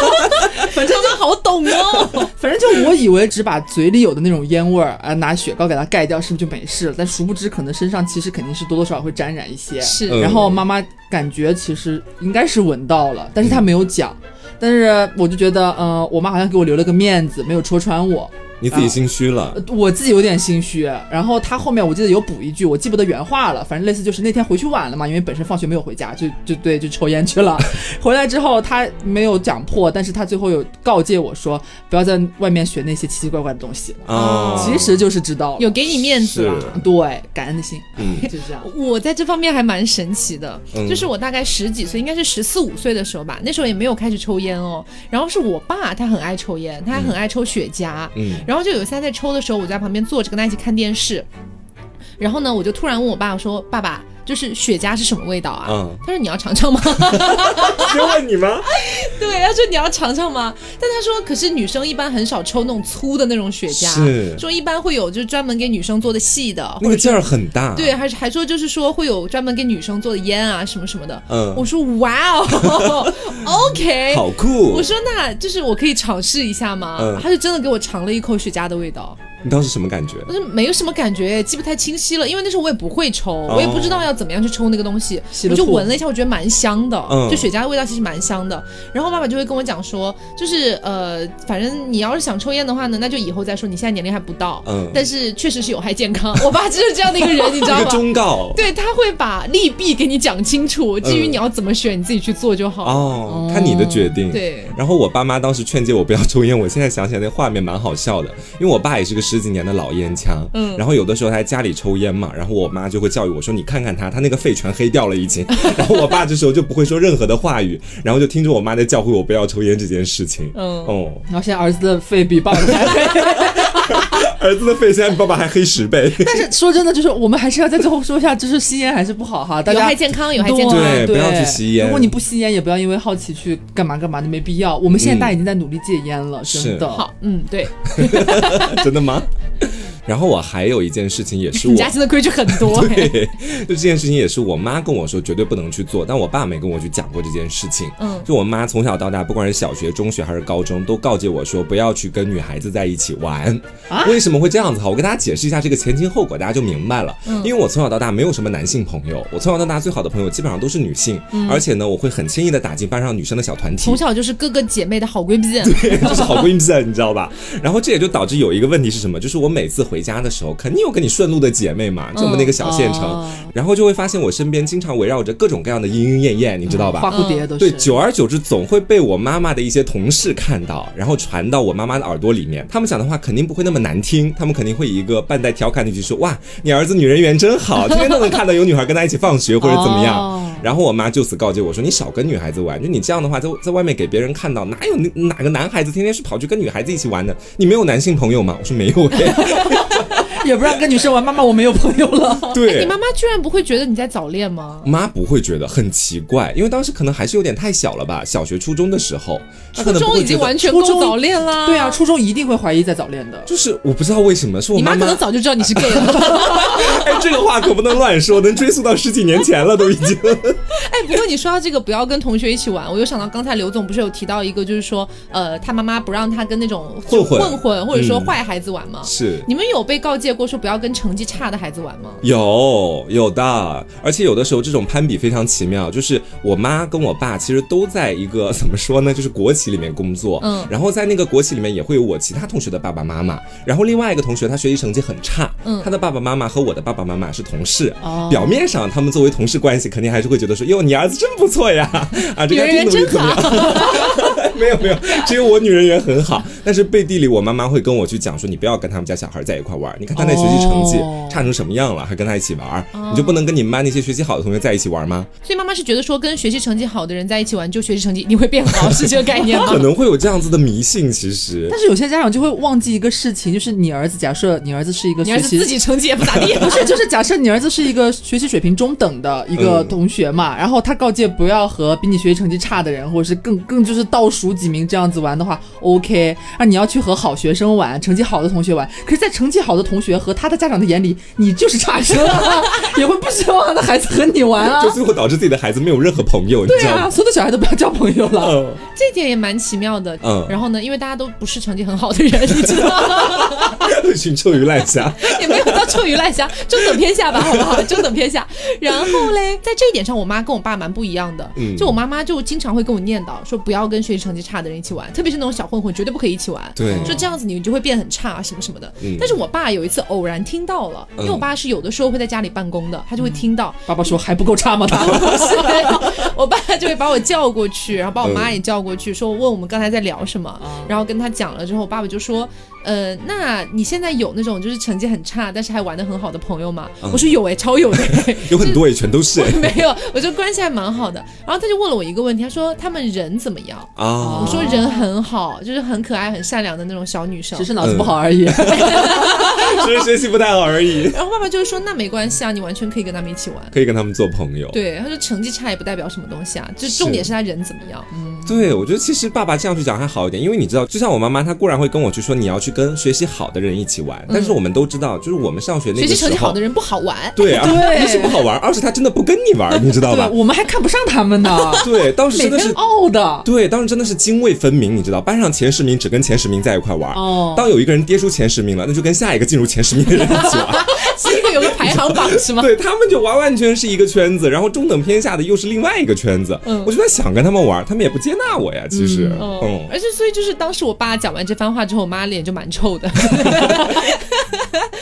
Speaker 1: 反正就好 懂哦。
Speaker 3: 反正就我以为只把嘴里有的那种烟味儿啊，拿雪糕给它盖掉，是不是就没事了？但殊不知，可能身上其实肯定是多多少少会沾染一些。
Speaker 1: 是
Speaker 2: 嗯
Speaker 3: 然后妈妈感觉其实应该是闻到了，但是她没有讲。但是我就觉得，呃，我妈好像给我留了个面子，没有戳穿我。
Speaker 2: 你自己心虚了。
Speaker 3: 呃我自己有点心虚。然后他后面我记得有补一句，我记不得原话了，反正类似就是那天回去晚了嘛，因为本身放学没有回家，就就对，就抽烟 去了。回来之后他没有讲破，但是他最后有告诫我说，不要在外面学那些奇奇怪怪的东西。
Speaker 2: 哦，
Speaker 3: 呃其实就是知道了
Speaker 1: 有给你面子
Speaker 2: 是
Speaker 1: 了。
Speaker 3: 对感恩的心，
Speaker 2: 嗯
Speaker 3: 就是这样。
Speaker 1: 我在这方面还蛮神奇的，
Speaker 2: 嗯
Speaker 1: 就是我大概十几岁，应该是十四五岁的时候吧，那时候也没有开始抽烟哦。然后是我爸，他很爱抽烟，他还很爱抽雪茄。
Speaker 2: 嗯
Speaker 1: 然后就有一次他在抽的时候，我在旁边坐着跟他一起看电视，然后呢，我就突然问我爸说：“爸爸，就是雪茄是什么味道啊？”
Speaker 2: 嗯，
Speaker 1: 他说：“你要尝尝吗？”
Speaker 2: 先问你吗？
Speaker 1: 对，他说：“你要尝尝吗？”但他说：“可是女生一般很少抽那种粗的那种雪茄，啊
Speaker 2: 是嗯
Speaker 1: 说一般会有就是专门给女生做的细的，
Speaker 2: 那个劲儿很大。
Speaker 1: 对，，还是还说就是说会有专门给女生做的烟啊什么什么的。
Speaker 2: 嗯
Speaker 1: 我，说哇哦 ，OK。
Speaker 2: 好酷
Speaker 1: 我。说那就是我可以尝试一下吗？
Speaker 2: 嗯
Speaker 1: 他就真的给我尝了一口雪茄的味道，
Speaker 2: 你当时什么感觉？
Speaker 1: 我说没有什么感觉，记不太清晰了，因为那时候我也不会抽，
Speaker 2: 哦
Speaker 1: 我也不知道要怎么样去抽那个东西，
Speaker 3: 吸
Speaker 1: 我
Speaker 3: 了
Speaker 1: 就
Speaker 3: 吐
Speaker 1: 闻了一下，我觉得蛮香的，
Speaker 2: 嗯
Speaker 1: 就雪茄的味道其实蛮香的。然后爸爸就会跟我讲说，就是呃，反正你要是想抽烟的话呢，那就以后再说，你现在年龄还不到，
Speaker 2: 嗯
Speaker 1: 但是确实是有害健康。我爸就是这样的一个人，你 知道
Speaker 2: 一个
Speaker 1: 吗？
Speaker 2: 忠 告。
Speaker 1: 对，他会把利弊给你讲清楚，至于
Speaker 2: 嗯
Speaker 1: 你要怎么选，你自己去做就好。
Speaker 2: 哦，看你的决定。。
Speaker 1: 对，
Speaker 2: 然后我爸妈当时劝诫我不要抽烟，我现在想起来那画面蛮好笑的，因为我爸也是个十几年的老烟枪，
Speaker 1: 嗯
Speaker 2: 然后有的时候他在家里抽烟嘛，然后我妈就会教育我说你看看他，他那个肺全黑掉了已经， 然后我爸这时候就不会说任何的话语，然后就听着我妈在教诲我不要抽烟这件事情，
Speaker 1: 嗯
Speaker 2: 哦，
Speaker 3: 然后现在儿子的肺比爸爸 还黑，
Speaker 2: 儿子的肺现在比爸爸还黑十倍，
Speaker 3: 但是说真的，就是我们还是要在最后说一下，就是吸烟还是不好哈，大
Speaker 1: 有
Speaker 3: 家
Speaker 1: 害健康，有害健康。
Speaker 2: 对
Speaker 3: 对，
Speaker 2: 不要去吸烟
Speaker 3: 如果你不吸烟，也不要因为好奇去干嘛干嘛的，没必要。我们现在大家已经在努力戒烟了，
Speaker 2: 是
Speaker 3: 真的。
Speaker 1: 好，嗯，对，
Speaker 2: 真的吗？ 然后我还有一件事情也是
Speaker 1: 你
Speaker 2: 我
Speaker 1: 家现在规矩很多、哎
Speaker 2: 对，就这件事情也是我妈跟我说绝对不能去做，但我爸没跟我去讲过这件事情。
Speaker 1: 嗯
Speaker 2: 就我妈从小到大，不管是小学、中学还是高中，都告诫我说不要去跟女孩子在一起玩。
Speaker 3: 啊
Speaker 2: 为什么会这样子哈？我跟大家解释一下这个前因后果，大家就明白了。
Speaker 3: 嗯
Speaker 2: 因为我从小到大没有什么男性朋友，我从小到大最好的朋友基本上都是女性，
Speaker 3: 嗯
Speaker 2: 而且呢，我会很轻易的打进班上女生的小团体
Speaker 1: 从。小就是各个姐妹的好闺蜜。
Speaker 2: 就是好闺蜜啊，你知道吧？然后这也就导致有一个问题是什么？就是我每次回家的时候，肯定有跟你顺路的姐妹嘛，就我们那个小县城，
Speaker 3: 哦
Speaker 2: 然后就会发现我身边经常围绕着各种各样的莺莺燕燕，你知道吧？
Speaker 3: 嗯花蝴蝶都是。
Speaker 2: 对，久而久之总会被我妈妈的一些同事看到，然后传到我妈妈的耳朵里面。他们讲的话肯定不会那么难听，他们肯定会以一个半带调侃的语气说：“哇，你儿子女人缘真好，天天都能看到有女孩跟他一起放学或者怎么样。
Speaker 3: 哦
Speaker 2: 然后我妈就此告诫我说：“你少跟女孩子玩，就你这样的话，在在外面给别人看到，哪有那 哪个男孩子天天是跑去跟女孩子一起玩的？你没有男性朋友吗？”我说：“没有、哎。”
Speaker 3: 也不让跟女生玩。妈妈，我没有朋友 了。
Speaker 1: 哎你
Speaker 2: 对
Speaker 1: 妈，妈居然不会觉得你在早恋吗？
Speaker 2: 妈不会觉得很奇怪，因为当时可能还是有点太小了吧，小学、初中的时候，她可
Speaker 1: 初
Speaker 2: 能不
Speaker 1: 中
Speaker 2: 会
Speaker 1: 已
Speaker 2: 觉
Speaker 1: 经
Speaker 2: 得。
Speaker 1: 完全
Speaker 3: 初
Speaker 1: 够
Speaker 3: 中
Speaker 1: 早恋啦。
Speaker 3: 对啊，初中一定会怀疑在早恋的。
Speaker 2: 就是我不知道为什么，是我
Speaker 1: 你妈
Speaker 2: 妈
Speaker 1: 可能早就知道你是 gay 了。
Speaker 2: 哎，这个话可不能乱说，能追溯到十几年前了，都已经。
Speaker 1: 哎，不过你说到这个不要跟同学一起玩，我又想到刚才刘总不是有提到一个，就是说，呃，他妈妈不让他跟那种就
Speaker 2: 混混
Speaker 1: 混混或者说
Speaker 2: 嗯
Speaker 1: 坏孩子玩吗？
Speaker 2: 是
Speaker 1: 你们有被告诫过说不要跟成绩差的孩子玩吗？
Speaker 2: 有有的，而且有的时候这种攀比非常奇妙，就是我妈跟我爸其实都在一个怎么说呢，就是国企里面工作，
Speaker 1: 嗯
Speaker 2: 然后在那个国企里面也会有我其他同学的爸爸妈妈，然后另外一个同学他学习成绩很差，
Speaker 1: 嗯
Speaker 2: 他的爸爸妈妈和我的爸爸妈妈是同事。
Speaker 3: 哦
Speaker 2: 表面上，他们作为同事关系，肯定还是会觉得说：“哟，你儿子真不错呀，啊，这
Speaker 1: 女
Speaker 2: 个
Speaker 1: 人
Speaker 2: 挺
Speaker 1: 缘
Speaker 2: 努力
Speaker 1: 真
Speaker 2: 怎么样？”
Speaker 1: 好。
Speaker 2: 没有没有，只有我女人缘很好，但是背地里我妈妈会跟我去讲说，你不要跟他们家小孩在一块玩儿，你看他那学习成绩
Speaker 3: 哦
Speaker 2: 差成什么样了，还跟他一起玩儿，你就不能跟你们班那些学习好的同学在一起玩吗？
Speaker 1: 所以妈妈是觉得说跟学习成绩好的人在一起玩，就学习成绩一定会变好，是这个概念吗
Speaker 2: 可？能会有这样子的迷信，其实
Speaker 3: 但是有些家长就会忘记一个事情，就是你儿子，假设你儿子是一个
Speaker 1: 你儿
Speaker 3: 学
Speaker 1: 子
Speaker 3: 习
Speaker 1: 自己成绩也不咋地，啊
Speaker 3: 不是，就是假设你儿子是一个学习水平中等的一个
Speaker 2: 嗯
Speaker 3: 同学嘛，然后他告诫不要和比你学习成绩差的人，或者是更更就是倒数几名这样子玩的话，OK，啊，你要去和好学生玩，成绩好的同学玩。可是，在成绩好的同学和他的家长的眼里，你就是差生、啊， 也会不希望他的孩子和你玩啊
Speaker 2: 就。最后导致自己的孩子没有任何朋友，你
Speaker 3: 对
Speaker 2: 知道
Speaker 3: 啊，
Speaker 2: 吗？
Speaker 3: 所有的小孩都不要交朋友了。
Speaker 2: 嗯，
Speaker 1: 这点也蛮奇妙的。
Speaker 2: 嗯
Speaker 1: 然后呢，因为大家都不是成绩很好的人， 你知道吗？
Speaker 2: 群臭鱼烂虾，
Speaker 1: 也没有到臭鱼烂虾，中等偏下吧，好不好？中等偏下。然后嘞，在这一点上，我妈跟我爸蛮不一样的。
Speaker 2: 嗯
Speaker 1: 就我妈妈就经常会跟我念叨说，不要跟学习成绩差的人一起玩，特别是那种小混混，绝对不可以一起玩。
Speaker 2: 对
Speaker 1: 就这样子，你就会变很差什么什么的。
Speaker 2: 嗯
Speaker 1: 但是我爸有一次偶然听到了，因为我
Speaker 2: 嗯
Speaker 1: 爸是有的时候会在家里办公的，他就会听到，
Speaker 3: 爸爸说还不够差吗？他
Speaker 1: 我爸就会把我叫过去，然后把我妈
Speaker 2: 嗯
Speaker 1: 也叫过去，说问我们刚才在聊什么。
Speaker 3: 嗯
Speaker 1: 然后跟他讲了之后，我爸爸就说：“呃，那你现在有那种就是成绩很差，但是还玩的很好的朋友吗？”
Speaker 3: 嗯
Speaker 1: 我说：“有哎、超有的、 哎
Speaker 2: 有很多也全都是
Speaker 1: 我 没有，我就关系还蛮好的。”然后他就问了我一个问题，他说：“他们人怎么样？”
Speaker 2: 啊
Speaker 3: 哦
Speaker 1: 我。说：“人很好，就是很可爱、很善良的那种小女生
Speaker 3: 只。是脑子不好而
Speaker 2: 嗯
Speaker 3: 已。
Speaker 2: 啊只是学习不太好而已”，
Speaker 1: 然后爸爸就说：“那没关系啊，你完全可以跟他们一起玩。”
Speaker 3: 哦
Speaker 2: 可以跟他们做朋友。
Speaker 1: 对，他说成绩差也不代表什么东西啊，就重点是他人怎么样。
Speaker 3: 嗯
Speaker 2: 对，我觉得其实爸爸这样去讲还好一点，因为你知道，就像我妈妈，她固然会跟我去说你要去跟学习好的人一起玩，但是我们都知道，就是我们上学那
Speaker 1: 嗯学
Speaker 2: 个时
Speaker 1: 习
Speaker 2: 候，
Speaker 1: 成绩好的人不好玩。
Speaker 2: 对啊，
Speaker 3: 对
Speaker 2: 一是不好玩，二是他真的不跟你玩，你知道
Speaker 3: 对，
Speaker 2: 吧？
Speaker 3: 我们还看不上他 们呢，
Speaker 2: 对，当时
Speaker 3: 每
Speaker 2: 真的
Speaker 3: 天
Speaker 1: 哦
Speaker 2: 是。
Speaker 3: 傲的。
Speaker 2: 对，当时真的是泾渭分明，你知道，班上前十名只跟前十名在一块玩。
Speaker 3: 哦
Speaker 2: 当有一个人跌出前十名了，那就跟下一个进入前十名的人一起玩。
Speaker 1: 是一个有个排行榜是吗？
Speaker 2: 对他们就完完全是一个圈子，然后中等偏下的又是另外一个圈子。
Speaker 1: 嗯
Speaker 2: 我就在想跟他们玩，他们也不接纳我呀。其实，
Speaker 1: 嗯，而且所以就是当时我爸讲完这番话之后，我妈脸就蛮臭 的。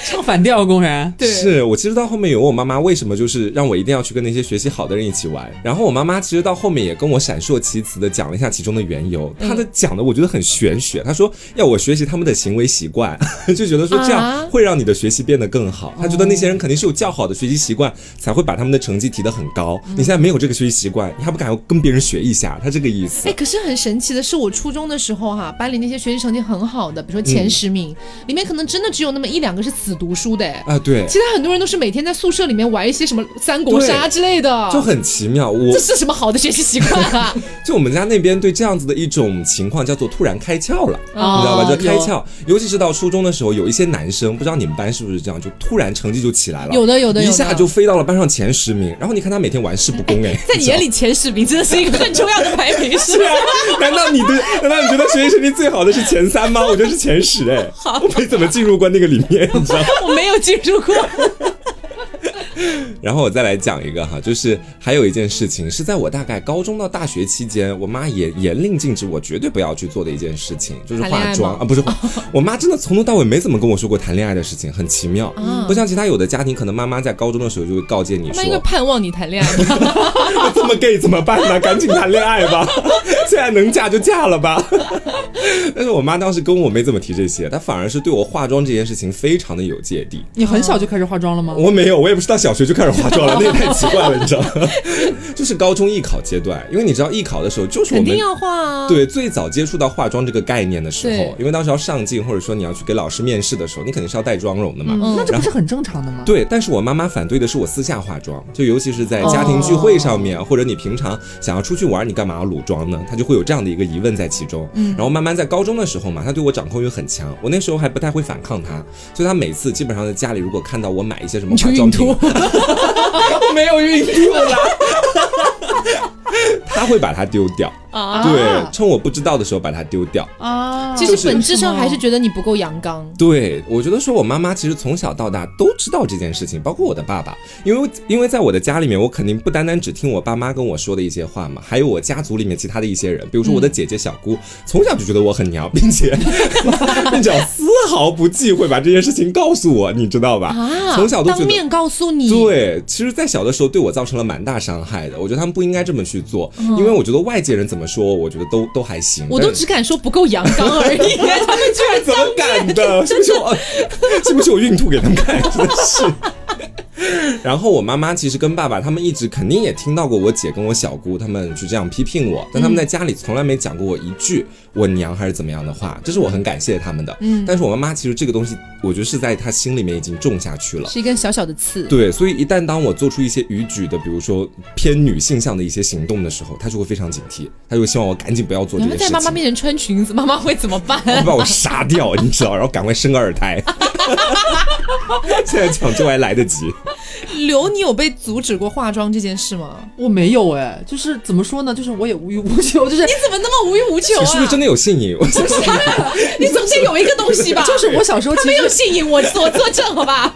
Speaker 3: 唱反调，公然。
Speaker 1: 对，
Speaker 2: 是我其实到后面有问我妈妈为什么就是让我一定要去跟那些学习好的人一起玩，然后我妈妈其实到后面也跟我闪烁其词的讲了一下其中的缘由，她的讲的我觉得很玄学，她说要我学习他们的行为习惯， 就觉得说这
Speaker 1: 啊
Speaker 2: 样会让你的学习变得更好，她觉得那些人肯定是有较好的学习习惯才会把他们的成绩提得很高，你现在没有这个学习习惯，你还不敢跟别人学一下，她这个意思
Speaker 1: 哎，。可是很神奇的是，我初中的时候哈、班里那些学习成绩很好的，比如说前十名，里面可能真的只有那么一两个是死读书的，哎，
Speaker 2: 啊，对，
Speaker 1: 其他很多人都是每天在宿舍里面玩一些什么三国杀之类的，
Speaker 2: 就很奇妙。我
Speaker 1: 这是什么好的学习习惯 啊？
Speaker 2: 就我们家那边对这样子的一种情况叫做突然开窍了，
Speaker 1: 哦
Speaker 2: 你知道吧？就开
Speaker 3: 有
Speaker 2: 窍，尤其是到初中的时候，有一些男生，不知道你们班是不是这样，就突然成绩就起来了，
Speaker 1: 有的有的有的
Speaker 2: 一下就飞到了班上前十名。然后你看他每天玩世不恭，哎，
Speaker 1: 在你眼里，前十名真的是一个很重要的排名，是
Speaker 2: 对啊？难道你对？难道你觉得学习成绩最好的是前三吗？我觉得是前十， 哎，我没怎么进入过那个里面，你知道吗？
Speaker 1: 我没有进入 过。
Speaker 2: 然后我再来讲一个哈，就是还有一件事情是在我大概高中到大学期间，我妈也严令禁止我绝对不要去做的一件事情，就是
Speaker 1: 谈恋
Speaker 2: 化
Speaker 1: 爱
Speaker 2: 妆
Speaker 1: 吗
Speaker 2: 啊，不是， 我妈真的从头到尾没怎么跟我说过谈恋爱的事情，很奇妙，
Speaker 1: 嗯
Speaker 2: 不像其他有的家庭，可能妈妈在高中的时候就会告诫你
Speaker 1: 他们应该
Speaker 2: 说，
Speaker 1: 盼望你谈恋爱吧？
Speaker 2: 我这么 gay 怎么办呢？赶紧谈恋爱吧， 现在能嫁就嫁了吧。 但是我妈当时跟我没怎么提这些，她反而是对我化妆这件事情非常的有芥蒂。嗯
Speaker 3: 你很小就开始化妆了吗？
Speaker 2: 我没有，我也不是到小小学就开始化妆了，那也太奇怪了，你知道吗？就是高中艺考阶段，因为你知道艺考的时候 就是我
Speaker 1: 肯
Speaker 2: 们
Speaker 1: 定要化啊。，嗯
Speaker 2: 对最早接触到化妆这个概念的时
Speaker 1: 对
Speaker 2: 候，因为当时要上镜或者说你要去给老师面试的时候，你肯定是要带妆容的嘛。
Speaker 1: 嗯
Speaker 3: 那这不是很正常的吗？
Speaker 2: 对，但是我妈妈反对的是我私下化妆，就尤其是在家庭聚会上
Speaker 1: 哦
Speaker 2: 面，或者你平常想要出去玩，你干嘛要裸妆呢？她就会有这样的一个疑问在其中。
Speaker 1: 嗯
Speaker 2: 然后慢慢在高中的时候嘛，她对我掌控欲很强，我那时候还不太会反抗她，所以她每次基本上在家里如果看到我买一些什么
Speaker 1: 你去
Speaker 2: 化妆
Speaker 1: 运
Speaker 2: 品，
Speaker 1: 动啊
Speaker 2: 我没有孕吐啦。她会把它丢掉，
Speaker 1: 啊。
Speaker 2: 对，趁我不知道的时候把它丢掉。嗯
Speaker 3: 啊，
Speaker 1: 其实本质上还是觉得你不够阳刚。
Speaker 2: 对，我觉得说我妈妈其实从小到大都知道这件事情，包括我的爸爸，因为因为在我的家里面，我肯定不单单只听我爸妈跟我说的一些话嘛，还有我家族里面其他的一些人，比如说我
Speaker 1: 嗯
Speaker 2: 的姐姐小姑，从小就觉得我很娘，并 且并且丝毫不忌讳把这件事情告诉我，你知道吧？
Speaker 1: 啊，
Speaker 2: 从小都觉
Speaker 1: 当
Speaker 2: 得
Speaker 1: 面告诉你，，
Speaker 2: 对，其实，在小的时候对我造成了蛮大伤害的。我觉得他们不应该这么去做，因为我觉得外界人怎么说，我觉得都都还行。
Speaker 1: 嗯我都
Speaker 2: 但是
Speaker 1: 只敢说不够阳刚 而已。他们居然
Speaker 2: 怎么敢的？ 是不是我？是不是我孕吐给他们看？真的是。 然后我妈妈其实跟爸爸他们一直肯定也听到过我姐跟我小姑他们去这样批评我，但他们在家里从来没讲过我一句我娘还是怎么样的话，这是我很感谢他们的。嗯，但是我妈妈其实这个东西，我觉得是在她心里面已经种下去了。
Speaker 1: 是一根小小的刺，
Speaker 2: 对，所以一旦当我做出一些逾矩的，比如说偏女性向的一些行动的时候，她就会非常警惕，她就会希望我赶紧不要做这
Speaker 1: 然后
Speaker 2: 件事情。
Speaker 1: 在妈妈面前穿裙子，妈妈会怎么办？
Speaker 2: 会把我杀掉，你知道，然后赶快生个二胎。现在抢救还来得及，
Speaker 1: 刘，你有被阻止过化妆这件事吗？
Speaker 3: 我没有哎，就是怎么说呢？就是我也无欲无求，就是
Speaker 1: 你怎么那么无欲无求啊？
Speaker 2: 你是不是真的有信仰？我想
Speaker 1: 你总先有一个东西吧？
Speaker 3: 就是我小时候
Speaker 1: 他
Speaker 3: 其
Speaker 1: 没
Speaker 3: 实
Speaker 1: 有吸引我，我作证好吧？啊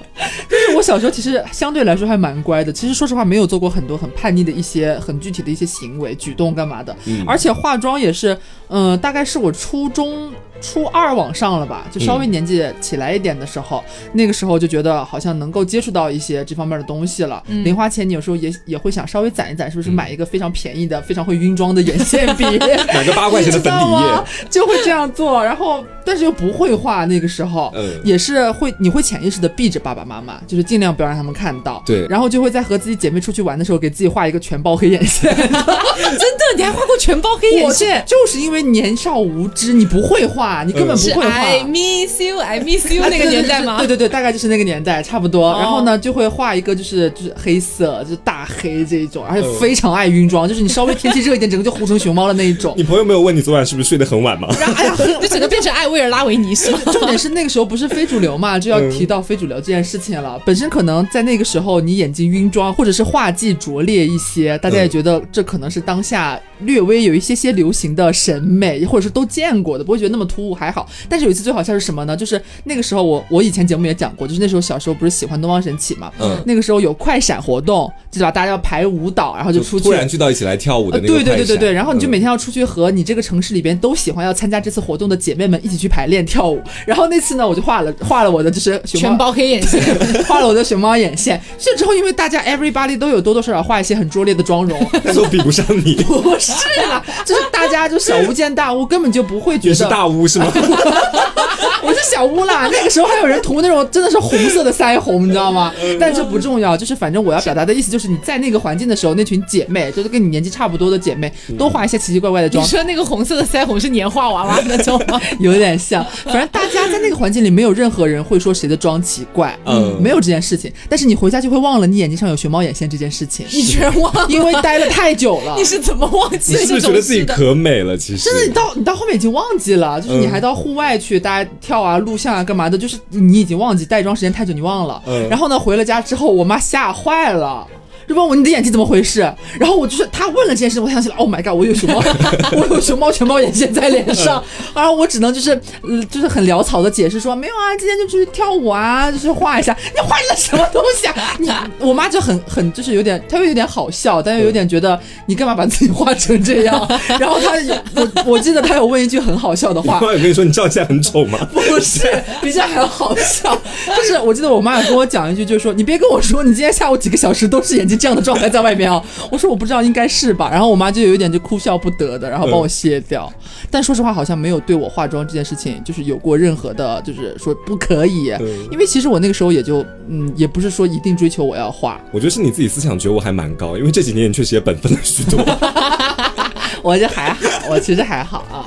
Speaker 3: 就是我小时候其实相对来说还蛮乖的，其实说实话没有做过很多很叛逆的一些很具体的一些行为举动干嘛的，
Speaker 1: 嗯
Speaker 3: 而且化妆也是，嗯、大概是我初中初二往上了吧，就稍微
Speaker 1: 嗯
Speaker 3: 年纪起来一点的时候，那个时候就觉得好像能够接触到一些这方面的东西了。
Speaker 1: 嗯
Speaker 3: 零花钱你有时候也也会想稍微攒一攒，是不是买一个非常便宜的、非常会晕妆的眼线 笔？
Speaker 2: 买个八块钱的粉底
Speaker 3: 你知道吗啊
Speaker 2: 液，
Speaker 3: 就会这样做，然后但是又不会画，那个时候、
Speaker 2: 嗯
Speaker 3: 也是会，你会潜意识的避着爸爸妈妈，就是尽量不要让他们看到。
Speaker 2: 对
Speaker 3: 然后就会在和自己姐妹出去玩的时候，给自己画一个全包黑 眼线。
Speaker 1: 真的，你还画过全包黑眼
Speaker 3: 我
Speaker 1: 线
Speaker 3: 是？ 就是因为年少无知，你不会画，你根本不
Speaker 1: 是
Speaker 3: 会画。
Speaker 1: I miss you, I miss
Speaker 2: 哎
Speaker 1: you
Speaker 3: 啊
Speaker 1: 哎 那个
Speaker 3: 对对
Speaker 1: 年
Speaker 3: 对
Speaker 1: 代吗？
Speaker 3: 对对对，大概就是那个年代，差不多。
Speaker 1: 哦
Speaker 3: 然后呢，就会画一个就是就是黑色，就是大黑这一种，而
Speaker 2: 嗯
Speaker 3: 且非常爱晕妆，就是你稍微天气热一点，整个就糊成熊猫的那一种
Speaker 2: 你。朋友没有问你昨晚是不是睡得很晚吗？
Speaker 3: 然后哎呀，很
Speaker 1: 就整个变成艾薇儿拉维尼是吗？
Speaker 3: 重点是那个时候不是非主流
Speaker 2: 嗯
Speaker 3: 嘛，就要提到非主流这件事情了。本身可能在那个时候你眼睛晕妆，或者是画技拙劣一些，大家也觉得这可能是当下略微有一些些流行的审美，或者是都见过的，不会觉得那么突兀，还好。但是有一次最好笑是什么呢？就是那个时候我我以前节目也讲过，就是那时候小时候不是喜欢东方神起嘛，
Speaker 2: 嗯
Speaker 3: 那个时候有快闪活动，知道吧？大家要排舞蹈，然后就出去
Speaker 2: 突然聚到一起来跳舞的
Speaker 3: 呃，
Speaker 2: 那个
Speaker 3: 对
Speaker 2: 快闪、
Speaker 3: 对对对对，然后你就
Speaker 2: 嗯
Speaker 3: 每天要出去和你这个城市里边都喜欢要参加这次活动的姐妹们一起去排练跳舞。 然后那次呢，我就画了画了我的就是熊
Speaker 1: 全
Speaker 3: 猫，
Speaker 1: 包黑眼线，
Speaker 3: 画了我的熊猫眼线。这之后，因为大家 everybody 都有多多少少画一些很拙劣的妆 容，
Speaker 2: 但是我比不上你，
Speaker 3: 不是啦，就是大家就小巫见大巫，根本就不会觉
Speaker 2: 你是
Speaker 3: 得
Speaker 2: 大巫是吗？
Speaker 3: 我是小巫啦。 那个时候还有人涂那种真的是红色的腮红，你知道 吗？
Speaker 2: 嗯
Speaker 3: 但这不重要，就是反正我要表达的意思就是你在那个环境的时候，那群姐妹就是跟你年纪差不多的姐妹，
Speaker 2: 嗯
Speaker 3: 都画一些奇奇怪怪的妆
Speaker 1: 你，说那个红色的腮红是年画娃娃那 种吗？
Speaker 3: 有点像，反正大家在那个环境里，没有任何人会说谁的妆奇怪，
Speaker 2: 嗯
Speaker 3: 没有这件事情。但是你回家就会忘了你眼睛上有熊猫眼线这件事情，
Speaker 1: 你居然忘了？
Speaker 3: 因为待了太久了
Speaker 1: 你。是怎么忘记
Speaker 2: 你是不
Speaker 1: 这
Speaker 2: 是觉
Speaker 1: 种
Speaker 2: 得自己
Speaker 1: 事的？
Speaker 2: 可美了？其实
Speaker 3: 真的，你到你到后面已经忘记了，就是你
Speaker 2: 嗯
Speaker 3: 还到户外去，大家跳啊、录像啊、干嘛的，就是你已经忘记带妆时间太久，你忘了。
Speaker 2: 嗯
Speaker 3: 然后呢，回了家之后，我妈吓坏了。就问我你的眼睛怎么回事，然后我就是她问了这件事，我想起来，Oh my god，我有熊猫， 我有熊猫全猫眼线在脸上，然后我只能就是，呃就是很潦草的解释说没有啊，今天就出去跳舞啊，就是画一下，你画了什么东西啊？你我妈就很很就是有点，她又有点好笑，但又有点觉得你干嘛把自己画成这样？然后她我我记得她有问一句很好笑的
Speaker 2: 你妈
Speaker 3: 话，
Speaker 2: 妈有跟你说你照起来很丑吗？
Speaker 3: 不是，比这 还好笑。就是我记得我妈有跟我讲一句，就是说你别跟我说你今天下午几个小时都是眼睛经这样的状态在外面啊。我说我不知道，应该是吧。然后我妈就有一点就哭笑不得的，然后帮我卸掉。但说实话，好像没有对我化妆这件事情就是有过任何的，就是说不可以。
Speaker 2: 嗯
Speaker 3: 因为其实我那个时候也就，嗯，也不是说一定追求我要化，
Speaker 2: 我觉得是你自己思想觉悟还蛮高，因为这几年你确实也本分了许 多。
Speaker 3: 我就还好，我其实还好啊。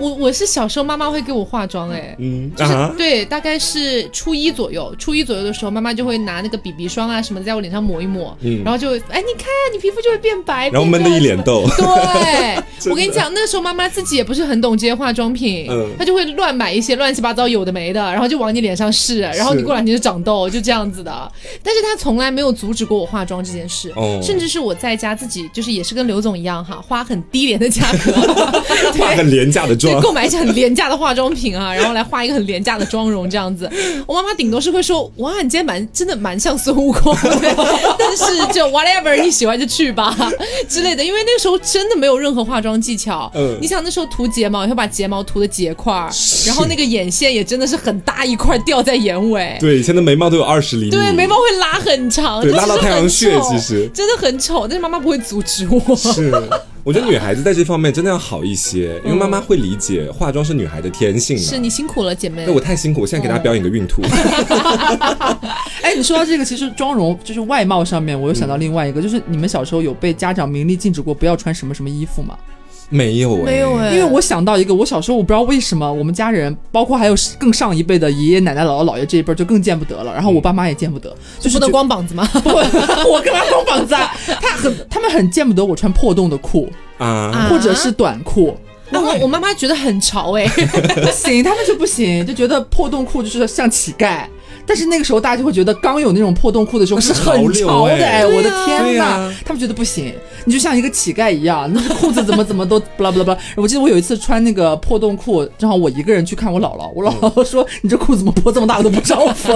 Speaker 1: 我我是小时候妈妈会给我化妆哎。
Speaker 2: 嗯
Speaker 1: 就是
Speaker 2: 啊，
Speaker 1: 对，大概是初一左右，初一左右的时候，妈妈就会拿那个 BB 霜啊什么的在我脸上抹一抹，
Speaker 2: 嗯
Speaker 1: 然后就会哎，你看你皮肤就会变白，
Speaker 2: 然后闷
Speaker 1: 变
Speaker 2: 得
Speaker 1: 热
Speaker 2: 一脸
Speaker 1: 什么
Speaker 2: 痘
Speaker 1: 对，我跟你
Speaker 2: 真的
Speaker 1: 讲，那时候妈妈自己也不是很懂这些化妆品，
Speaker 2: 嗯
Speaker 1: 她就会乱买一些乱七八糟有的没的，然后就往你脸上试，然后
Speaker 2: 是
Speaker 1: 你过两天就长痘，就这样子的。但是她从来没有阻止过我化妆这件事，
Speaker 2: 哦
Speaker 1: 甚至是我在家自己就是也是跟刘总一样哈，花很低廉的价 格，
Speaker 2: 化
Speaker 1: 对
Speaker 2: 个。廉价的
Speaker 1: 对，
Speaker 2: 妆，
Speaker 1: 购 买一些很廉价的化妆品啊，然后来画一个很廉价的妆容这样子。我妈妈顶多是会说：“哇，你今天蛮真的蛮像孙悟空的。” 但是就 whatever 你喜欢就去吧之类的，因为那个时候真的没有任何化妆技巧。
Speaker 2: 嗯
Speaker 1: 你想那时候涂睫毛，会把睫毛涂的结块儿，然后那个眼线也真的是很大一块掉在眼尾。
Speaker 2: 对，以前的眉毛都有二十厘米，
Speaker 1: 对，眉毛会拉很长，
Speaker 2: 对
Speaker 1: 就
Speaker 2: 拉到
Speaker 1: 是
Speaker 2: 太阳
Speaker 1: 很
Speaker 2: 穴
Speaker 1: 丑
Speaker 2: 其实
Speaker 1: 真的很丑，但是妈妈不会阻止我。
Speaker 2: 是，啊我觉得女孩子在这方面真的要好一些，因为妈妈会理解化妆是女孩的天性
Speaker 1: 是哦
Speaker 2: 嘛。
Speaker 1: 你辛苦了，姐妹
Speaker 2: 那。我太辛苦，我现在给大家表演个孕吐。
Speaker 3: 哎，你说到这个，其实妆容就是外貌上面，我又想到另外一个，就是你们小时候有被家长明令禁止过不要穿什么什么衣服吗？
Speaker 2: 没有哎，
Speaker 1: 没有哎，
Speaker 3: 因为我想到一个，我小时候我不知道为什么我们家人，包括还有更上一辈的爷爷奶奶、姥姥姥爷这一辈儿就更见不得了，然后我爸妈也见不得，就
Speaker 1: 就是不
Speaker 3: 觉
Speaker 1: 能光膀子吗？
Speaker 3: 不， 我干嘛光膀子啊？他很他们很见不得我穿破洞的裤
Speaker 1: 哎
Speaker 2: 啊，
Speaker 3: 或者是短裤。
Speaker 1: 然后我妈妈觉得很潮哎、
Speaker 3: 不行，他们就不行，就觉得破洞裤就是像乞丐。但是那个时候大家就会觉得，刚有那种破洞裤的时候
Speaker 2: 那是
Speaker 3: 是
Speaker 2: 潮
Speaker 3: 很
Speaker 2: 流
Speaker 3: 潮的，
Speaker 2: 哎
Speaker 3: 哎，我的
Speaker 2: 对啊
Speaker 3: 天
Speaker 2: 呀
Speaker 3: 呐，他们觉得不行，你就像一个乞丐一样，那个裤子怎么怎么都 不啦不啦不啦。我记得我有一次穿那个破洞裤，正好我一个人去看我姥姥，我姥姥说：“你这裤子怎么破这么大，我都不知道 缝。”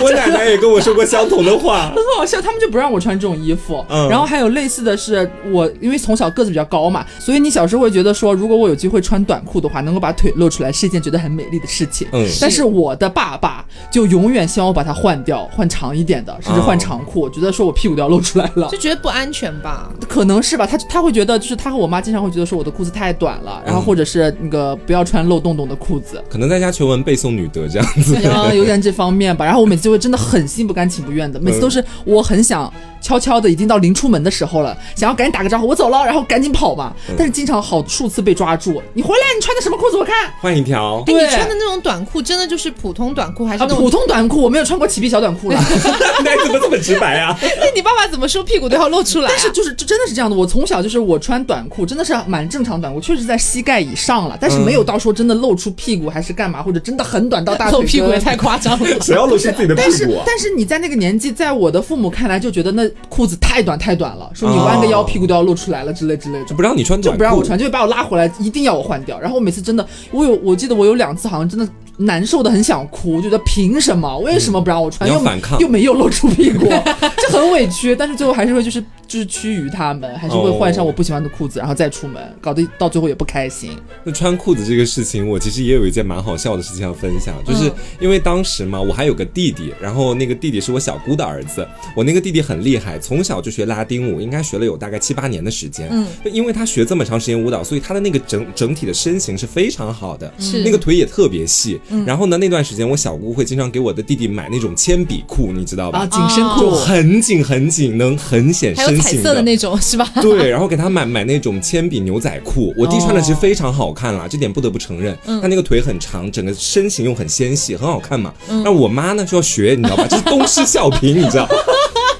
Speaker 2: 我奶奶也跟我说过相同的话。
Speaker 3: 很好笑，他们就不让我穿这种衣服。
Speaker 2: 嗯
Speaker 3: 然后还有类似的是，我因为从小个子比较高嘛，所以你小时候会觉得说，如果我有机会穿短裤的话，能够把腿露出来是一件觉得很美丽的事情。
Speaker 2: 嗯
Speaker 3: 但是我的爸爸就永远希望我把它换掉，换长一点的，甚至换长裤，觉得说我屁股都要露出来了
Speaker 1: 就。觉得不安全吧。
Speaker 3: 可能是吧，他他会觉得就是他和我妈经常会觉得说我的裤子太短了，然后
Speaker 2: 嗯
Speaker 3: 或者是那个不要穿露洞洞的裤子，
Speaker 2: 可能在家求文背诵女德这样子，
Speaker 3: 然后有点这方面吧。然后我每次就会真的很心不甘情不愿的，每次都是我很想悄悄的，已经到临出门的时候了，想要赶紧打个招呼，我走了，然后赶紧跑嘛。但是经常好数次被抓住，你回来，你穿的什么裤子？我看。
Speaker 2: 换一条
Speaker 1: 哎，
Speaker 3: 对
Speaker 1: 你穿的那种短裤，真的就是普通短裤还是
Speaker 3: 啊，
Speaker 1: 那
Speaker 3: 普
Speaker 1: 种？
Speaker 3: 通短裤我没有穿过齐臂小短裤了，
Speaker 2: 奶怎么这么直白啊？
Speaker 1: 那哎你爸爸怎么说屁股都要露出来、啊
Speaker 3: 但是就是就真的是这样的。我从小就是我穿短裤，真的是蛮正常短裤，确实在膝盖以上了，但是
Speaker 2: 嗯
Speaker 3: 没有到说真的露出屁股还是干嘛，或者真的很 短到大腿
Speaker 1: 露屁股也
Speaker 3: 根
Speaker 1: 太夸张了。
Speaker 2: 谁要露出自己的
Speaker 3: 但
Speaker 2: 屁
Speaker 3: 是
Speaker 2: 股啊？
Speaker 3: 但是你在那个年纪，在我的父母看来就觉得那裤子太短太短了，说你弯个腰
Speaker 2: 哦
Speaker 3: 屁股都要露出来了之类之类
Speaker 2: 就
Speaker 3: 的。
Speaker 2: 不让你穿
Speaker 3: 就
Speaker 2: 短裤，
Speaker 3: 不让我穿，就会把我拉回来，一定要我换掉。然后我每次真的，我有我记得我有两次好像真的难受的很想哭，觉得凭什么？为什么不让我穿？
Speaker 2: 你要
Speaker 3: 又没
Speaker 2: 反抗
Speaker 3: 又没有露出屁股， 就很委屈。但是最后还是会就是就是趋于他们，还是会换上我不喜欢的裤子，然后再出门，搞得到最后也不开心。
Speaker 2: 那穿裤子这个事情，我其实也有一件蛮好笑的事情要分享，就是
Speaker 1: 嗯
Speaker 2: 因为当时嘛，我还有个弟弟，然后那个弟弟是我小姑的儿子，我那个弟弟很厉害，从小就学拉丁舞，应该学了有大概七八年的时间。
Speaker 1: 嗯，
Speaker 2: 因为他学这么长时间舞蹈，所以他的那个整整体的身形是非常好的，
Speaker 1: 是嗯
Speaker 2: 那个腿也特别细。然后呢，那段时间我小姑会经常给我的弟弟买那种铅笔裤，你知道吧？
Speaker 3: 啊，紧身
Speaker 1: 哦
Speaker 3: 裤
Speaker 2: 就很紧很紧，能很显
Speaker 1: 还有
Speaker 2: 身
Speaker 1: 彩
Speaker 2: 形
Speaker 1: 色的那种是 吧？
Speaker 2: 对，然后给他买买那种铅笔牛仔裤，
Speaker 1: 哦
Speaker 2: 我弟穿的其实非常好看啦，这点不得不承认。
Speaker 1: 嗯
Speaker 2: 他那个腿很长，整个身形又很纤细，很好看嘛。
Speaker 1: 嗯
Speaker 2: 但我妈呢就要学，你知道吧？这是东施效颦，你知道。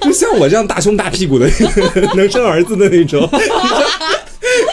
Speaker 2: 就像我这样大胸大屁股的能生儿子的那种， 你知道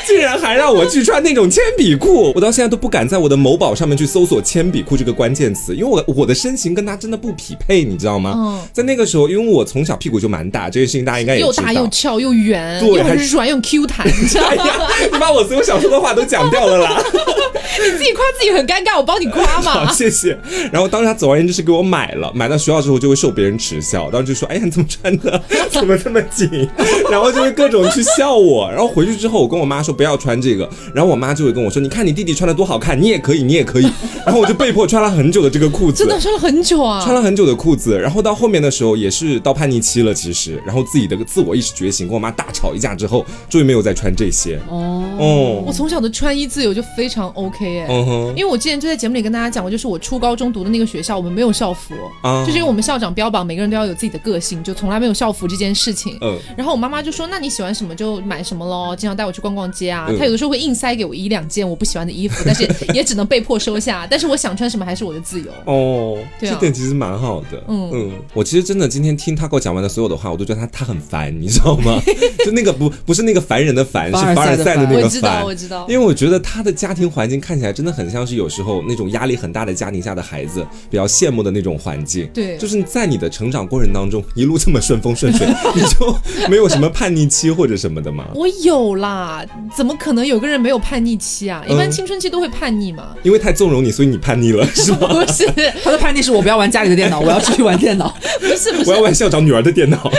Speaker 2: 竟然还让我去穿那种铅笔裤，我到现在都不敢在我的某宝上面去搜索铅笔裤这个关键词，因为我我的身形跟他真的不匹配，你知道吗？
Speaker 1: 嗯
Speaker 2: 在那个时候，因为我从小屁股就蛮大，这件事情大家应该也知道。
Speaker 1: 又大又翘又圆，
Speaker 2: 对
Speaker 1: 又
Speaker 2: 还
Speaker 1: 很软又 Q 弹，你知道
Speaker 2: 哎呀
Speaker 1: 吗？，
Speaker 2: 你把我所有想说的话都讲掉 了啦。
Speaker 1: 你 自己夸自己很尴尬，我帮你夸
Speaker 2: 好，
Speaker 1: 嘛。
Speaker 2: 谢谢。然后当时他总而言之是给我 买了，买到学校之后就会受别人耻笑，当时就说：“哎呀，你怎么穿的怎么这么紧？然后就是各种去笑我。然后回去之后，我跟我妈说不要穿这个，然后我妈就会跟我说，你看你弟弟穿的多好看，你也可以，你也可以。然后我就被迫穿了很久的这个裤子
Speaker 1: 真。的穿了很久啊，
Speaker 2: 穿了很久的裤子，然后到后面的时候也是到叛逆期了，其实，然后自己的自我意识觉醒，跟我妈大吵一架之后，终于没有再穿这些。
Speaker 3: 哦，
Speaker 2: 哦
Speaker 1: 我，从小的穿衣自由就非常 OK 哎、
Speaker 2: 嗯哼
Speaker 1: 因，为我之前就在节目里跟大家讲过，就是我初高中读的那个学校，我们没有校服，
Speaker 2: 啊
Speaker 1: 就是因为我们校长标榜每个人都要有自己的个性，就从来没有校服这件事情。
Speaker 2: 嗯
Speaker 1: 然后我妈妈就说：“那你喜欢什么就买什么喽，经常带我去逛逛街啊。
Speaker 2: 嗯
Speaker 1: 她有的时候会硬塞给我一两件我不喜欢的衣服，但是也只能被迫收下。 但是我想穿什么还是我的自由。
Speaker 2: 哦，
Speaker 1: 对啊
Speaker 2: 这点其实蛮好的。
Speaker 1: 嗯
Speaker 2: 我其实真的今天听他给我讲完的所有的话，我都觉得他他很烦，你知道吗？ 就那个不不是那个烦人的烦， 是
Speaker 3: 凡尔赛
Speaker 2: 凡尔
Speaker 3: 的
Speaker 2: 赛的
Speaker 3: 凡
Speaker 2: 那
Speaker 1: 我
Speaker 2: 个
Speaker 1: 知道，
Speaker 2: 烦
Speaker 1: 我。知道。
Speaker 2: 因为我觉得他的家庭环境看起来真的很像是有时候那种压力很大的家庭下的孩子比较羡慕的那种环境。
Speaker 1: 对
Speaker 2: 就是在你的成长过程当中一路这么顺风顺水，你就没有什么叛逆期或者什么的吗？
Speaker 1: 我有啦，怎么可能有个人没有叛逆期啊？一般
Speaker 2: 嗯
Speaker 1: 青春期都会叛逆嘛。
Speaker 2: 因为太纵容你，所以你叛逆了， 是吗？
Speaker 1: 不是，
Speaker 3: 他的叛逆是我不要玩家里的电脑，我要出去玩电 脑。
Speaker 1: 不是，不
Speaker 2: 我
Speaker 1: 是
Speaker 2: 要，玩校长女儿的电脑。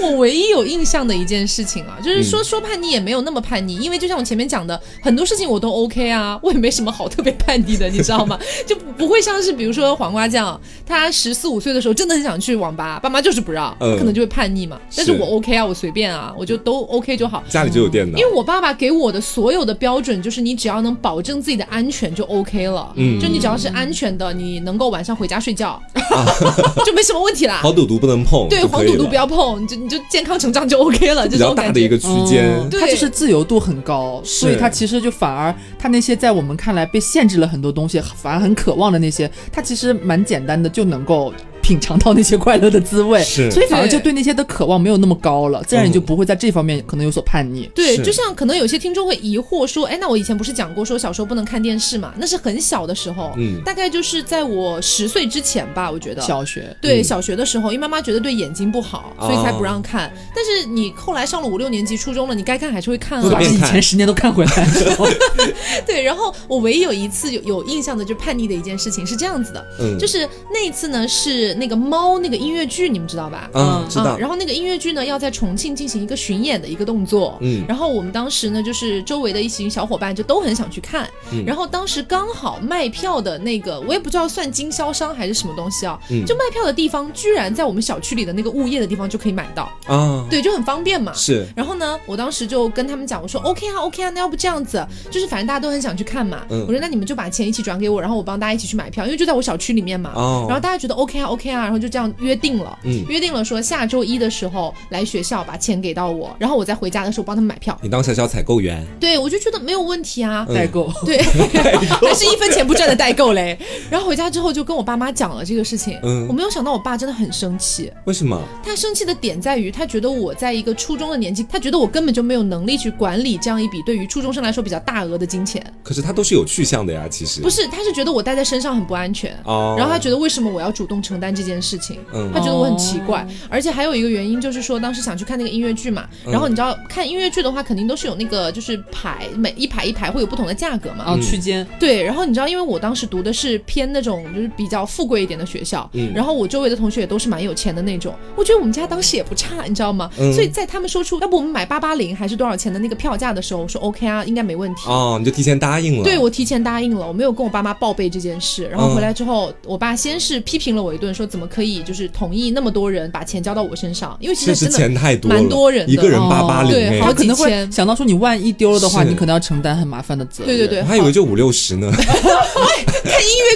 Speaker 1: 我唯一有印象的一件事情啊，就是
Speaker 2: 嗯
Speaker 1: 说说叛逆也没有那么叛逆，因为就像我前面讲的，很多事情我都 OK 啊，我也没什么好特别叛逆的，你知道吗？ 就不会像是比如说黄瓜酱，他十四五岁的时候真的很想去网吧，爸妈就是不让，
Speaker 2: 嗯
Speaker 1: 他可能就会叛逆嘛。但是
Speaker 2: 是嗯
Speaker 1: 我 OK 啊，我随便啊，我就都 OK 就好。
Speaker 2: 家里就有电脑
Speaker 1: 因，为我爸爸给我的所有的标准就是，你只要能保证自己的安全就 OK 了，
Speaker 2: 嗯
Speaker 1: 就你只要是安全的，你能够晚上回家睡觉，
Speaker 2: 啊
Speaker 1: 就没什么问题啦。
Speaker 2: 黄赌毒不能碰，
Speaker 1: 对，
Speaker 2: 就
Speaker 1: 黄
Speaker 2: 可以
Speaker 1: 赌毒
Speaker 2: 了
Speaker 1: 不要碰，你就你就健康成长就 OK 了，就
Speaker 2: 比
Speaker 1: 这
Speaker 2: 较
Speaker 1: 种
Speaker 2: 大
Speaker 1: 感
Speaker 2: 的
Speaker 1: 觉。
Speaker 2: 一个区间。
Speaker 3: 嗯
Speaker 1: 对
Speaker 3: 他就是自由度很高，所以他其实就反而他那些在我们看来被限制了很多东西，反而很渴望的那些，他其实蛮简单的就能够品尝到那些快乐的滋味，
Speaker 2: 是
Speaker 3: 所以反而就
Speaker 1: 对
Speaker 3: 对那些的渴望没有那么高了，
Speaker 1: 嗯
Speaker 3: 自然也就不会在这方面可能有所叛逆。
Speaker 1: 对，
Speaker 2: 是
Speaker 1: 就像可能有些听众会疑惑说，哎，那我以前不是讲过说小时候不能看电视嘛？那是很小的时候，
Speaker 2: 嗯
Speaker 1: 大概就是在我十岁之前吧，我觉得。
Speaker 3: 小学
Speaker 1: 对，
Speaker 2: 嗯哦
Speaker 1: 小学的时候，因为妈妈觉得对眼睛不好，所以才不让看。但是你后来上了五六年级、初中了，你该看还是会看
Speaker 3: 我把
Speaker 1: 啊
Speaker 2: 随。
Speaker 3: 嗯自己
Speaker 2: 便看
Speaker 3: 前十年都看回来 了，
Speaker 1: 对，然后我唯一有一次有有印象的就叛逆的一件事情是这样子的，
Speaker 2: 嗯，
Speaker 1: 哦就是那一次呢是那个猫那个音乐剧，你们知道吧？
Speaker 2: 啊，知
Speaker 1: 啊
Speaker 2: 道，
Speaker 1: 然后那个音乐剧呢，要在重庆进行一个巡演的一个动作。
Speaker 2: 嗯
Speaker 1: 然后我们当时呢，就是周围的一群小伙伴就都很想去看。
Speaker 2: 嗯
Speaker 1: 然后当时刚好卖票的那个，我也不知道算经销商还是什么东西啊，
Speaker 2: 嗯
Speaker 1: 就卖票的地方居然在我们小区里的那个物业的地方就可以买到，
Speaker 2: 啊，
Speaker 1: 对，就很方便嘛。
Speaker 2: 是，
Speaker 1: 然后呢，我当时就跟他们讲，我说 OK 啊，OK 啊，那要不这样子，就是反正大家都很想去看嘛，
Speaker 2: 嗯
Speaker 1: 我说那你们就把钱一起转给我，然后我帮大家一起去买票，因为就在我小区里面嘛。
Speaker 2: 哦
Speaker 1: 然后大家觉得 OK 啊，OK 啊，然后就这样约定了，
Speaker 2: 嗯
Speaker 1: 约定了说下周一的时候来学校把钱给到我，然后我再回家的时候帮他们买票。
Speaker 2: 你当小小采购员，
Speaker 1: 对我就觉得没有问题啊，
Speaker 2: 嗯哎
Speaker 3: 代购。
Speaker 1: 对， 还是一分钱不赚的代购嘞。然后回家之后就跟我爸妈讲了这个事情，
Speaker 2: 嗯
Speaker 1: 我没有想到我爸真的很生气，
Speaker 2: 为什么？
Speaker 1: 他生气的点在于，他觉得我在一个初中的年纪，他觉得我根本就没有能力去管理这样一笔对于初中生来说比较大额的金钱。
Speaker 2: 可是它都是有去向的呀，其实
Speaker 1: 不是，他是觉得我带在身上很不安全。
Speaker 2: 哦，
Speaker 1: 然后他觉得为什么我要主动承担这件事情？
Speaker 2: 嗯
Speaker 1: 他觉得我很奇怪，而且还有一个原因就是说，当时想去看那个音乐剧嘛，然
Speaker 2: 嗯
Speaker 1: 后你知道看音乐剧的话，肯定都是有那个就是牌，每一排一排会有不同的价格嘛。
Speaker 2: 嗯
Speaker 3: 啊，区间
Speaker 1: 对，然后你知道，因为我当时读的是偏那种就是比较富贵一点的学校，
Speaker 2: 嗯
Speaker 1: 然后我周围的同学也都是蛮有钱的那种，我觉得我们家当时也不差，你知道吗？
Speaker 2: 嗯
Speaker 1: 所以在他们说出要不我们买八八零还是多少钱的那个票价的时候，我说 OK 啊，应该没问题。
Speaker 2: 哦，你就提前答应了，
Speaker 1: 对，我提前答应了，我没有跟我爸妈报备这件事。然后
Speaker 2: 嗯
Speaker 1: 回来之后，我爸先是批评了我一顿，说怎么可以就是同意那么多人把钱交到我身上，因为其
Speaker 2: 确
Speaker 1: 实
Speaker 2: 实
Speaker 1: 真的
Speaker 2: 钱太多了，
Speaker 1: 蛮多人的
Speaker 2: 一个人八八
Speaker 1: 哦对
Speaker 2: 零，
Speaker 1: 好
Speaker 3: 他
Speaker 2: 哎
Speaker 1: 几
Speaker 3: 嗯可能会
Speaker 1: 千
Speaker 3: 想到说，你万一丢了的话，
Speaker 2: 是
Speaker 3: 你可能要承担很麻烦的责任。
Speaker 1: 对对对，
Speaker 2: 我还以为就五六十呢，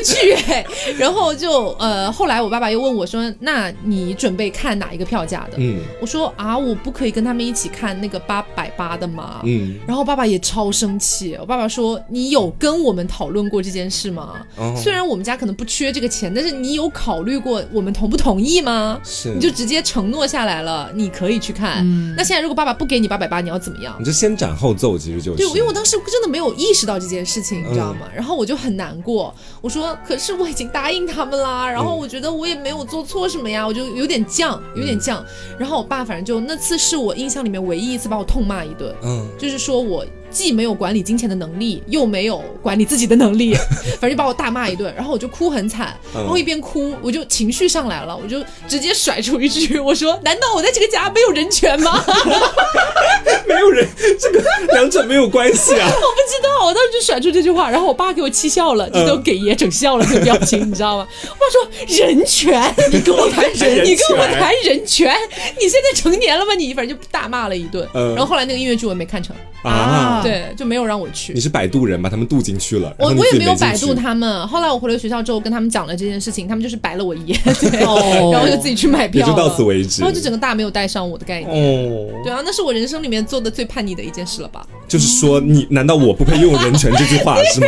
Speaker 1: 剧哎，然后就呃，后来我爸爸又问我说：“那你准备看哪一个票价的？”
Speaker 2: 嗯
Speaker 1: 我说：“啊，我不可以跟他们一起看那个八百八的吗？”
Speaker 2: 嗯，
Speaker 1: 然后爸爸也超生气，我爸爸说：“你有跟我们讨论过这件事吗？
Speaker 2: 哦
Speaker 1: 虽然我们家可能不缺这个钱，但是你有考虑过我们同不同意吗？
Speaker 2: 是，
Speaker 1: 你就直接承诺下来了，你可以去看。那现在如果爸爸不给你八百八，你要怎么样？
Speaker 2: 你就先斩后奏，其实就是，
Speaker 1: 对，因为我当时真的没有意识到这件事情，你知道
Speaker 2: 嗯
Speaker 1: 吗？然后我就很难过，我说可是我已经答应他们啦，然后我觉得我也没有做错什么呀，我就有点犟，有点犟。然后我爸反正就那次是我印象里面唯一一次把我痛骂一顿，
Speaker 2: 嗯
Speaker 1: 就是说我既没有管理金钱的能力，又没有管理自己的能力， 反正就把我大骂一顿，然后我就哭很惨，
Speaker 2: 嗯
Speaker 1: 然后一边哭我就情绪上来了，我就直接甩出一句，我说：“难道我在这个家没有人权 吗？”我
Speaker 2: 没有人，这个两者没有关系 啊。
Speaker 1: 不知道，我当时就甩出这句话，然后我爸给我气笑了，就都给爷整笑了那个表情，你知道吗？我爸说：“人权，你跟我谈
Speaker 2: 人
Speaker 1: 人，你跟我
Speaker 2: 权
Speaker 1: 谈人权，你现在成年了吗？你反正就大骂了一顿，
Speaker 2: 嗯
Speaker 1: 然后后来那个音乐剧我也没看成，
Speaker 2: 啊，
Speaker 1: 对，就没有让我去
Speaker 2: 你。是摆渡人，把他们渡进去了。然
Speaker 1: 我
Speaker 2: 后你
Speaker 1: 我
Speaker 2: 自
Speaker 1: 也
Speaker 2: 己
Speaker 1: 没有
Speaker 2: 进
Speaker 1: 百度
Speaker 2: 去。
Speaker 1: 他们，后来我回了学校之后跟他们讲了这件事情，他们就是白了我一 眼，对，
Speaker 3: 哦
Speaker 1: 然后就自己去买
Speaker 2: 也
Speaker 1: 票了，
Speaker 2: 就到此为止
Speaker 1: 然。后就整个大没有带上我的概念。
Speaker 2: 哦，
Speaker 1: 对啊，那是我人生里面做的最叛逆的一件事了吧？
Speaker 2: 就是说你难道我不配用人权这句话是吗？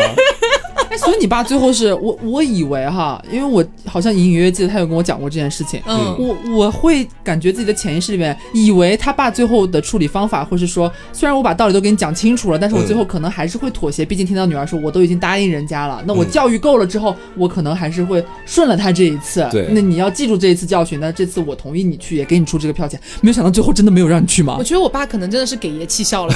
Speaker 3: 哎，所以你爸最后是我，我以为哈，因为我好像隐隐约约记得他有跟我讲过这件事情。
Speaker 1: 嗯，
Speaker 3: 我我会感觉自己的潜意识里面，以为他爸最后的处理方法，会是说，虽然我把道理都给你讲清楚了，但是我
Speaker 2: 嗯
Speaker 3: 最后可能还是会妥协。毕竟听到女儿说，我都已经答应人家了，那我
Speaker 2: 嗯
Speaker 3: 教育够了之后，我可能还是会顺了他这一次。
Speaker 2: 对
Speaker 3: 那你要记住这一次教训。那这次我同意你去，也给你出这个票钱。没有想到最后真的没有让你去吗
Speaker 1: 我？觉得我爸可能真的是给爷气笑了，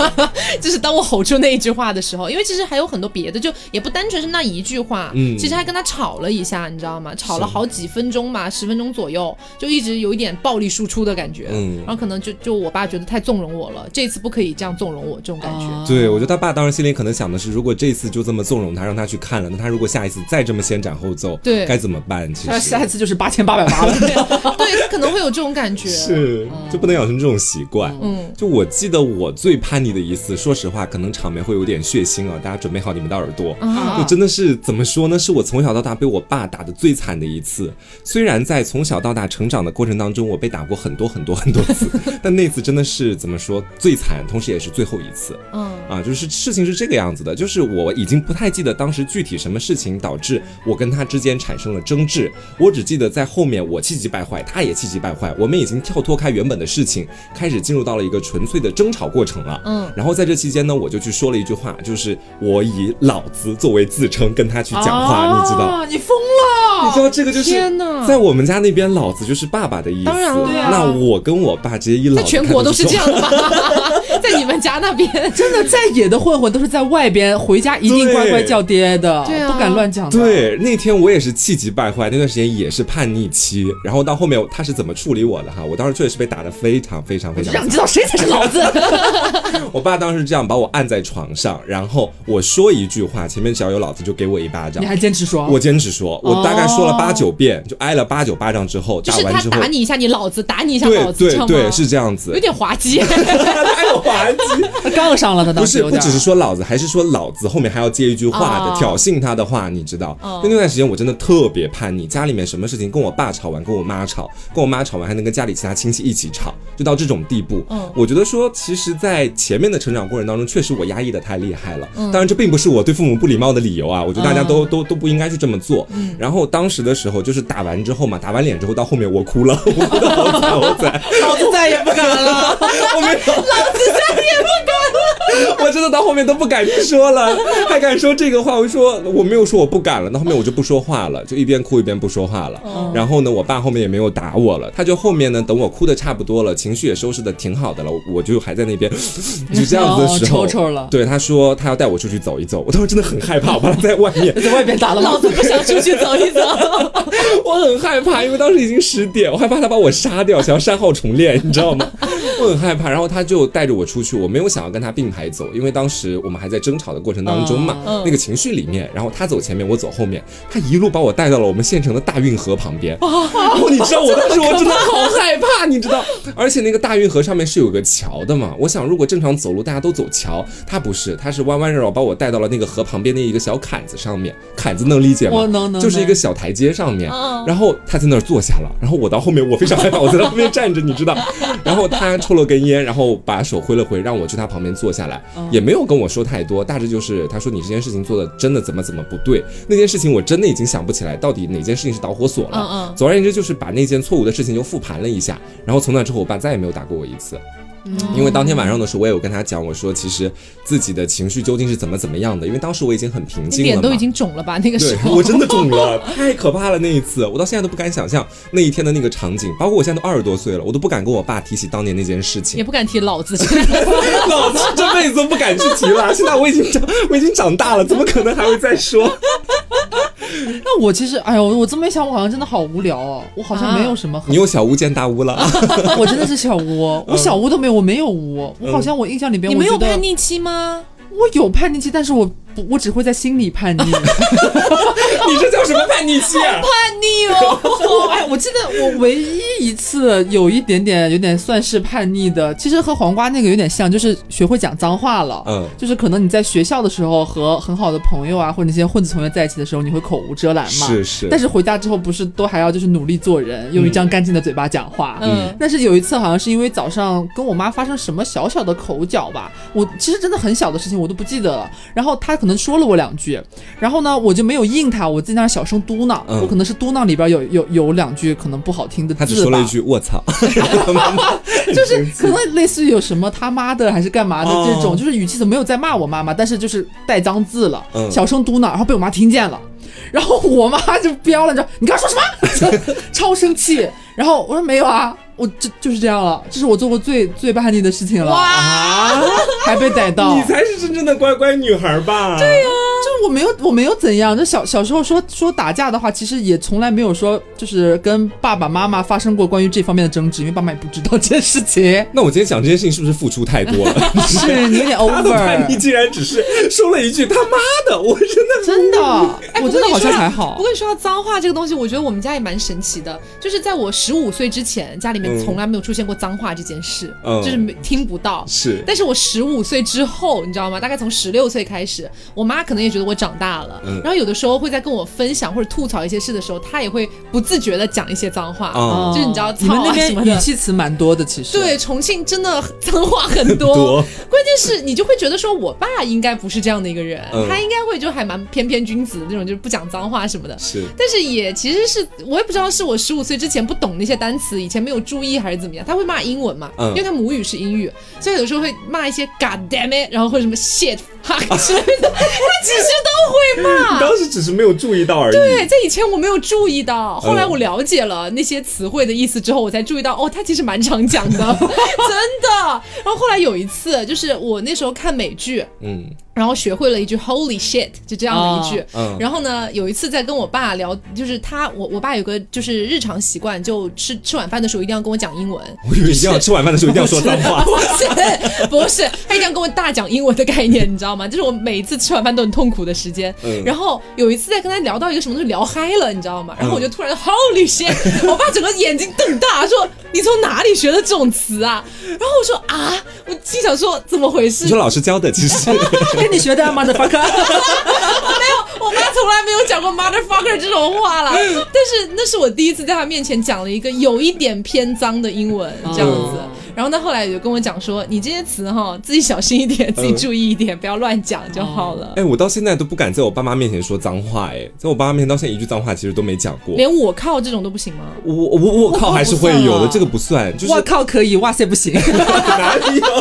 Speaker 1: 就是当我吼出那一句话的时候，因为其实还有很多别的，就也不单纯是那一句话，
Speaker 2: 嗯
Speaker 1: 其实还跟他吵了一下，你知道吗？吵了好几分钟吧，十分钟左右，就一直有一点暴力输出的感觉，
Speaker 2: 嗯
Speaker 1: 然后可能就就我爸觉得太纵容我了，这次不可以这样纵容我这种感觉。
Speaker 3: 啊
Speaker 2: 对，我觉得他爸当时心里可能想的是，如果这次就这么纵容他，让他去看了，那他如果下一次再这么先斩后奏，
Speaker 1: 对
Speaker 2: 该怎么办？其
Speaker 3: 那
Speaker 2: 实
Speaker 3: 下一次就是八千八百八了。
Speaker 1: 对他可能会有这种感觉。
Speaker 2: 是就不能养成这种习惯。
Speaker 1: 嗯，
Speaker 2: 就我记得我最叛逆的一次，说实话，可能场面会有点血腥啊，大家准备好你们的耳朵。
Speaker 1: 啊
Speaker 2: 就真的是怎么说呢？是我从小到大被我爸打的最惨的一次。虽然在从小到大成长的过程当中，我被打过很多很多很多次， 但那次真的是怎么说最惨，同时也是最后一次。
Speaker 1: 嗯
Speaker 2: 啊，就是事情是这个样子的，就是我已经不太记得当时具体什么事情导致我跟他之间产生了争执，我只记得在后面我气急败坏，他也气急败坏，我们已经跳脱开原本的事情，开始进入到了一个纯粹的争吵过程了。
Speaker 1: 嗯，
Speaker 2: 然后在这期间呢，我就去说了一句话，就是我以老子作为自称跟他去讲话，你知道。
Speaker 3: 啊，你疯了！
Speaker 2: 你知道这个就是
Speaker 1: 哦天哪
Speaker 2: 在我们家那边，老子就是爸爸的意思。
Speaker 1: 当然了对
Speaker 3: 啊
Speaker 2: 那我跟我爸直接一老
Speaker 1: 在
Speaker 2: 子
Speaker 1: 全
Speaker 2: 开
Speaker 1: 国
Speaker 2: 头
Speaker 1: 都
Speaker 2: 就是说
Speaker 1: 这样的 吧？在你们家那边，
Speaker 3: 真的，在野的混混都是在外边，回家一定乖乖叫爹的，
Speaker 1: 对对啊
Speaker 3: 不敢乱讲的。，
Speaker 2: 对，
Speaker 1: 嗯
Speaker 2: 那天我也是气急败坏，那段时间也是叛逆期。然后到后面他是怎么处理我的哈？我当时确实是被打得非常非常非常惨
Speaker 3: 让你。知道谁才是老子。
Speaker 2: 我爸当时这样把我按在床上，然后我说一句话，前面只要有老子就给我一巴掌
Speaker 3: 你。还坚持说？
Speaker 2: 我坚持说，我大概说了
Speaker 3: 哦
Speaker 2: 八九遍，就挨了八九巴掌之后，
Speaker 1: 就
Speaker 2: 打
Speaker 1: 是
Speaker 2: 完
Speaker 1: 他
Speaker 2: 之后
Speaker 1: 打，你一下，你老子打你一下，老
Speaker 2: 对
Speaker 1: 子这
Speaker 2: 对
Speaker 1: 样
Speaker 2: 对，
Speaker 1: 吗？
Speaker 2: 是这样子
Speaker 1: 有，点滑稽。
Speaker 2: 太有滑稽。
Speaker 3: 他杠上了，他当
Speaker 2: 不
Speaker 3: 时
Speaker 2: 是，
Speaker 3: 有
Speaker 2: 不
Speaker 3: 点。
Speaker 2: 只是说老子，还是说老子后面还要接一句话的，
Speaker 1: 哦
Speaker 2: 挑衅他的话，你知道？
Speaker 1: 哦
Speaker 2: 那那段时间我真的特别叛逆，家里面什么事情跟我爸吵完，跟我妈吵，跟我妈吵完还能跟家里其他亲戚一起吵，就到这种地步。
Speaker 1: 嗯
Speaker 2: 我觉得说，其实，在前面的成长过程当中，确实我压抑的太厉害了。
Speaker 3: 嗯
Speaker 2: 当然，这并不是我对父母不礼貌的理由啊，我觉得大家都、都都不应该去这么做。
Speaker 3: 嗯
Speaker 2: 然后当时的时候，就是打完之后嘛，打完脸之后，到后面我哭了，我哭的好惨好惨。
Speaker 3: 老子再也不敢了。
Speaker 2: 我没有，老子再也不敢了。 我真的到后面都不敢说了，还敢说这个话？我就说我没有说我不敢了，到后面我就不说话了，就一边哭一边不说话了。然后呢，我爸后面也没有打我了，他就后面呢，等我哭的差不多了，情绪也收拾的挺好的了，我我就还在那边 就这样子的时候，
Speaker 3: 哦抽抽了
Speaker 2: 对，他说他要带我出去走一走，我当时真的很害怕，我把他在外面，
Speaker 3: 在外边打了
Speaker 1: 老
Speaker 3: 吗？
Speaker 1: 子不想出去走一走。
Speaker 2: 我很害怕，因为当时已经十点，我害怕他把我杀掉，想要删号重练，你知道吗？ 我很害怕，然后他就带着我出去，我没有想要跟他并排走，因为当时我们还在争吵的过程当中嘛，
Speaker 1: 嗯
Speaker 2: 那个情绪里面，然后他走前面，我走后面，他一路把我带到了我们县城的大运河旁 边，然后你知道我当时我真的好害怕，你知道，而且那个大运河上面是有个桥的嘛，我想如果正常走路大家都走桥，他不是，他是弯弯绕绕把我带到了那个河旁边的一个小坎子上面，坎子能理解吗？
Speaker 3: 我哦能能
Speaker 2: 就是一
Speaker 3: 能
Speaker 2: 个小台阶上面
Speaker 1: 嗯，
Speaker 2: 然后他在那儿坐下了，然后我到后面，我非常害怕，我在他后面站着，你知 道，然后他抽了根烟，然后把手挥了挥，让我去他旁边坐下来，
Speaker 1: 嗯
Speaker 2: 也没有跟我说太多，大致就是他说你这件事情做的真的怎么怎么不对，那件事情我真的已经想不起来到底哪件事情是导火索
Speaker 1: 嗯
Speaker 2: 了，
Speaker 1: 嗯
Speaker 2: 总而言之就是把那件错误的事情又复盘了一下，然后从那之后我爸再也没有打过我一次，
Speaker 1: 嗯
Speaker 2: 因为当天晚上的时候，我也有跟他讲，我说其实自己的情绪究竟是怎么怎么样的，因为当时我已经很平静了
Speaker 1: 脸
Speaker 2: 嘛。
Speaker 1: 都已经肿了吧？那个时
Speaker 2: 对
Speaker 1: 候，
Speaker 2: 我真的肿了，太可怕了那一次，我到现在都不敢想象那一天的那个场景，包括我现在都二十多岁了，我都不敢跟我爸提起当年那件事 情
Speaker 1: 也。不敢提老子这个
Speaker 2: 老子这辈子都不敢去提了。现在我已经长，我已经长大了，怎么可能还会再说？
Speaker 3: 那我其实，哎呦，我这么一想，我好像真的好无聊哦，我好像没有什么很
Speaker 2: 你又小巫见大巫了，
Speaker 3: 我真的是小巫，哦我小巫都没有，我没有巫，我好像我印象里边，
Speaker 1: 你
Speaker 3: 我
Speaker 1: 没有
Speaker 3: 觉得
Speaker 1: 叛，逆期吗？
Speaker 3: 我有叛逆期，但是我不，我只会在心里叛逆。
Speaker 2: 你这叫什么叛逆期啊？
Speaker 1: 叛逆哦，
Speaker 3: 我哎，我记得我唯一一次有一点点，有点算是叛逆的，其实和黄瓜那个有点像，就是学会讲脏话了。
Speaker 2: 嗯
Speaker 3: 就是可能你在学校的时候和很好的朋友啊，或者那些混子同学在一起的时候，你会口无遮拦嘛。
Speaker 2: 是嗯是
Speaker 3: 但是回家之后，不是都还要就是努力做人，用一张干净的嘴巴讲话。
Speaker 1: 嗯，
Speaker 3: 但是有一次好像是因为早上跟我妈发生什么小小的口角吧，我其实真的很小的事情我都不记得了。然后她可能说了我两句，然后呢我就没有应她，我在那儿小声嘟囔，
Speaker 2: 嗯
Speaker 3: 我可能是嘟囔里边有有有两句可能不好听的字
Speaker 2: 他
Speaker 3: 吧，
Speaker 2: 只说了一句“卧槽”，
Speaker 3: 就是可能类似于有什么他妈的还是干嘛的
Speaker 2: 哦
Speaker 3: 这种，就是语气怎么没有在骂我妈妈，但是就是带脏字了，
Speaker 2: 嗯
Speaker 3: 小声嘟囔，然后被我妈听见了，然后我妈就飙了，你知道你刚刚说什么？ 超生气。然后我说没有啊，我这就是这样了，这是我做过最最叛逆的事情了，
Speaker 2: 啊，
Speaker 3: 还被逮 到。
Speaker 2: 你才是真正的乖乖女孩吧？对呀，
Speaker 3: 就是我没有我没有怎样，就小小时候说说打架的话，其实也从来没有说就是跟爸爸妈妈发生过关于这方面的争执，因为爸妈也不知道这件事情。
Speaker 2: 那我今天讲这件事情是不是付出太多了？
Speaker 3: 是你有点
Speaker 2: 他的叛
Speaker 3: over，
Speaker 2: 逆竟然只是说了一句“他妈的”，我真 的
Speaker 3: 真的，
Speaker 1: 哎不
Speaker 3: 我
Speaker 1: 过
Speaker 3: 真的
Speaker 1: 你
Speaker 3: 好像
Speaker 1: 说到
Speaker 3: 还
Speaker 1: 不
Speaker 3: 好。
Speaker 1: 过你说到脏话这个东西，我觉得我们家也蛮神奇的，就是在我十五岁之前，家里面
Speaker 2: 嗯
Speaker 1: 从来没有出现过脏话这件事，
Speaker 2: 嗯
Speaker 1: 就是没听不到。
Speaker 2: 是
Speaker 1: 但是我十五岁之后，你知道吗？大概从十六岁开始，我妈可能也觉得我长大了，
Speaker 2: 嗯
Speaker 1: 然后有的时候会在跟我分享或者吐槽一些事的时候，她也会不自觉的讲一些脏话，
Speaker 3: 哦
Speaker 2: 啊，
Speaker 1: 就是你知道
Speaker 3: 你们
Speaker 1: 操
Speaker 3: 那
Speaker 1: 啊什么
Speaker 3: 边
Speaker 1: 的
Speaker 3: 语气词蛮多的，其实。
Speaker 1: 对，重庆真的脏话很 多，
Speaker 2: 多
Speaker 1: 关键是你就会觉得说，我爸应该不是这样的一个人，
Speaker 2: 嗯
Speaker 1: 他应该会就还蛮翩翩君子的那种，就是不讲脏话什么的。
Speaker 2: 是
Speaker 1: 但是也其实是我也不知道是我十五岁之前不懂那些单词，以前没有注意还是怎么样。他会骂英文嘛，
Speaker 2: 嗯
Speaker 1: 因为他母语是英语，所以有时候会骂一些 God damn it，然后或者什么 shit fuck 之类 的，他其实都会骂。
Speaker 2: 当时只是没有注意到而已。
Speaker 1: 对，在以前我没有注意到，后来我了解了那些词汇的意思之后，我才注意到，哦，他其实蛮常讲的，真的。然后后来有一次，就是我那时候看美剧，
Speaker 2: 嗯
Speaker 1: 然后学会了一句 Holy shit，就这样的一句。
Speaker 2: 嗯
Speaker 1: 然后呢，有一次在跟我爸聊，就是他，我我爸有个就是日常习惯，就吃吃晚饭的时候一定要跟我讲英文。
Speaker 2: 我以为一定要吃晚饭的时候一定要说脏 话。
Speaker 1: 不是不是，他一定要跟我大讲英文的概念，你知道吗？就是我每一次吃完饭都很痛苦的时间。
Speaker 2: 嗯
Speaker 1: 然后有一次在跟他聊到一个什么东西聊嗨了，你知道吗？然后我就突然 Holy shit！我爸整个眼睛瞪大，说你从哪里学的这种词啊？然后我说啊，我心想说怎么回事
Speaker 2: 你？说老师教的，其实
Speaker 3: 跟哎你 学的啊妈的 f u
Speaker 1: 我妈从来没有讲过 motherfucker 这种话啦，但是那是我第一次在她面前讲了一个有一点偏脏的英文这样子
Speaker 3: 嗯。
Speaker 1: 然后她后来也就跟我讲说，你这些词哈，自己小心一点，自己注意一点，不要乱讲就好了。
Speaker 2: 哎，我到现在都不敢在我爸妈面前说脏话，哎，在我爸妈面前到现在一句脏话其实都没讲过。
Speaker 1: 连我靠这种都不行吗？
Speaker 2: 我我我我靠，还是会有的，
Speaker 3: 我靠不算啊
Speaker 2: 这个不算，就是
Speaker 3: 我靠，可以，哇塞，不行。
Speaker 2: 哪里有？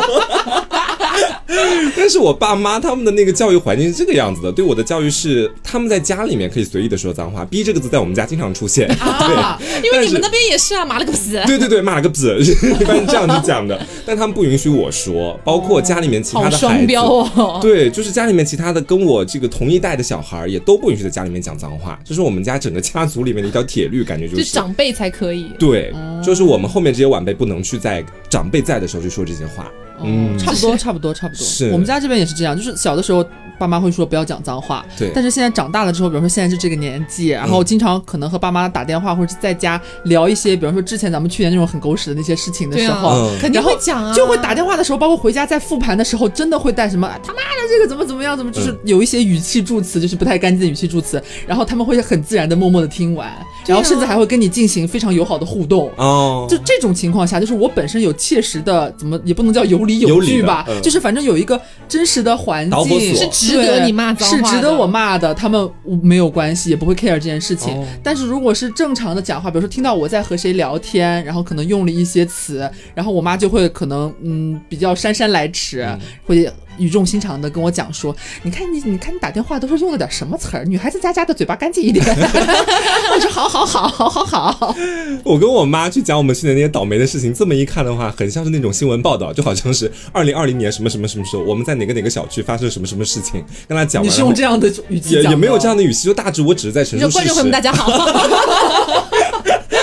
Speaker 2: 但是我爸妈他们的那个教育环境是这个样子的，对我的教育是他们在家里面可以随意的说脏话，“逼”这个字在我们家经常出现。
Speaker 1: 啊，因为
Speaker 2: 但
Speaker 1: 你们
Speaker 2: 是
Speaker 1: 那边也是啊，麻了个死。
Speaker 2: 对对对，骂了个字，一般是这样去讲的。但他们不允许我说，包括家里面其他
Speaker 1: 好
Speaker 2: 的孩
Speaker 1: 双
Speaker 2: 子，
Speaker 1: 标哦！
Speaker 2: 对，就是家里面其他的跟我这个同一代的小孩儿也都不允许在家里面讲脏话，这是我们家整个家族里面的一条铁律，感觉就。
Speaker 1: 就是长哦辈才可以，
Speaker 2: 对，就是我们后面这些晚辈不能去在长辈在的时候去说这些话。嗯，
Speaker 3: 差不
Speaker 1: 哦
Speaker 3: 多，差不多，差不多。
Speaker 2: 是
Speaker 3: 我们家这边也是这样，就是小的时候爸妈会说不要讲脏话，
Speaker 2: 对嗯
Speaker 3: 但是现在长大了之后，比如说现在是这个年纪，然后经常可能和爸妈打电话或者是在家聊一些，比如说之前咱们去年那种很狗屎的那些事情的
Speaker 1: 对
Speaker 3: 时
Speaker 1: 啊
Speaker 3: 候，，
Speaker 2: 嗯
Speaker 1: 肯定
Speaker 3: 然
Speaker 1: 会
Speaker 3: 后
Speaker 1: 讲啊，
Speaker 3: 就会打电话的时候，包括回家在复盘的时候，真的会带什么、啊他妈的这个怎么怎么样，怎么就是有一些语气助词，就是不太干净的语气助词，然后他们会很自然的默默的听完，然后甚至还会跟你进行非常友好的互动。
Speaker 2: 哦，
Speaker 3: 就这种情况下，就是我本身有切实的，怎么也不能叫有理
Speaker 2: 有理
Speaker 3: 据
Speaker 2: 的
Speaker 3: 吧，
Speaker 2: 嗯
Speaker 3: 就是反正有一个真实的环
Speaker 2: 导火
Speaker 3: 境
Speaker 2: 索是
Speaker 1: 值得你骂脏
Speaker 3: 对是
Speaker 1: 话
Speaker 3: 值
Speaker 1: 的
Speaker 3: 得我骂的，他们没有关系，也不会 care 这件事情。
Speaker 2: 哦
Speaker 3: 但是如果是正常的讲话，比如说听到我在和谁聊天，然后可能用了一些词，然后我妈就会可能嗯比较姗姗来迟，会语重心长的跟我讲说，你看你你看你打电话都是用了点什么词儿，女孩子家家的嘴巴干净一点。我说好好好好好好，
Speaker 2: 我跟我妈去讲我们去年那些倒霉的事情，这么一看的话，很像是那种新闻报道，就好像是二零二零年什么什么什么时候，我们在哪个哪个小区发生什么什么事情，跟她讲
Speaker 3: 你
Speaker 2: 完，
Speaker 3: 是用
Speaker 2: 然后
Speaker 3: 这样的语气
Speaker 2: 也
Speaker 3: 讲的
Speaker 2: 也没有这样的语气，就大致我只是在陈
Speaker 1: 你
Speaker 2: 述
Speaker 1: 说观
Speaker 2: 事
Speaker 1: 众朋友们大
Speaker 2: 实。
Speaker 1: 家好，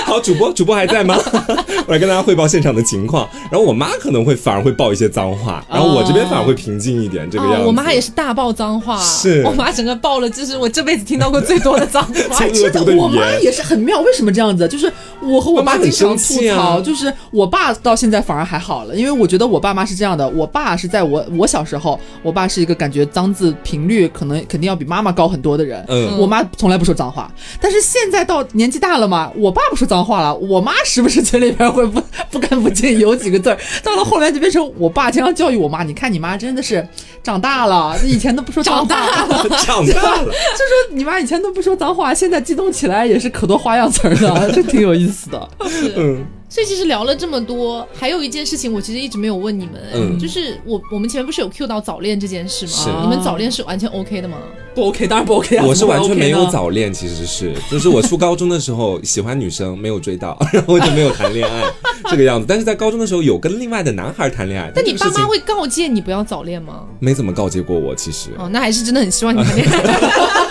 Speaker 2: 好，主播主播还在吗？我来跟大家汇报现场的情况。然后我妈可能会反而会爆一些脏话，然后我这边反而会平静一点，这个样
Speaker 1: 啊
Speaker 2: 子。
Speaker 1: 哦我妈也是大爆脏话，
Speaker 2: 是
Speaker 1: 我妈整个爆了，这是我这辈子听到过最多的脏话
Speaker 2: 最。恶
Speaker 3: 真的
Speaker 2: 毒的，语
Speaker 3: 我妈
Speaker 2: 言。
Speaker 3: 也是很妙。为什么这样子？就是我和我
Speaker 2: 妈
Speaker 3: 爸
Speaker 2: 妈
Speaker 3: 经
Speaker 2: 很
Speaker 3: 常
Speaker 2: 生
Speaker 3: 吐
Speaker 2: 气啊
Speaker 3: 槽，就是我爸到现在反而还好了，因为我觉得我爸妈是这样的。我爸是在我我小时候，我爸是一个感觉脏字频率可能肯定要比妈妈高很多的人。
Speaker 2: 嗯
Speaker 3: 我妈从来不说脏话，但是现在到年纪大了嘛，我爸不说脏话了，我妈时不时嘴里边会不不干不净有几个字儿，到了后来就变成我爸经常教育我妈，你看你妈真的是长大了，以前都不说
Speaker 1: 长
Speaker 3: 脏话
Speaker 1: 大了，
Speaker 2: 长大了，
Speaker 3: 就说你妈以前都不说脏话，现在激动起来也是可多花样词儿 的，这挺有意思的。
Speaker 2: 嗯，
Speaker 1: 所以其实聊了这么多，还有一件事情我其实一直没有问你们，
Speaker 2: 嗯
Speaker 1: 就是我我们前面不是有 Q 到早恋这件事
Speaker 2: 是哎
Speaker 1: 吗？你们早恋是完全 OK 的吗？
Speaker 3: 不 OK，当然不 OK 啊！
Speaker 2: 我是完全没有
Speaker 3: 早。
Speaker 2: 早恋，其实是，就是我初高中的时 候喜欢女生，没有追到， 然后就没有谈恋爱这个样子。但是在高中的时候有跟另外的男孩谈恋爱，
Speaker 1: 但
Speaker 2: 这
Speaker 1: 你
Speaker 2: 个
Speaker 1: 爸
Speaker 2: 事情
Speaker 1: 妈会告诫你不要早恋吗？
Speaker 2: 没怎么告诫过我，其实
Speaker 1: 哦，那还是真的很希望你谈恋 爱。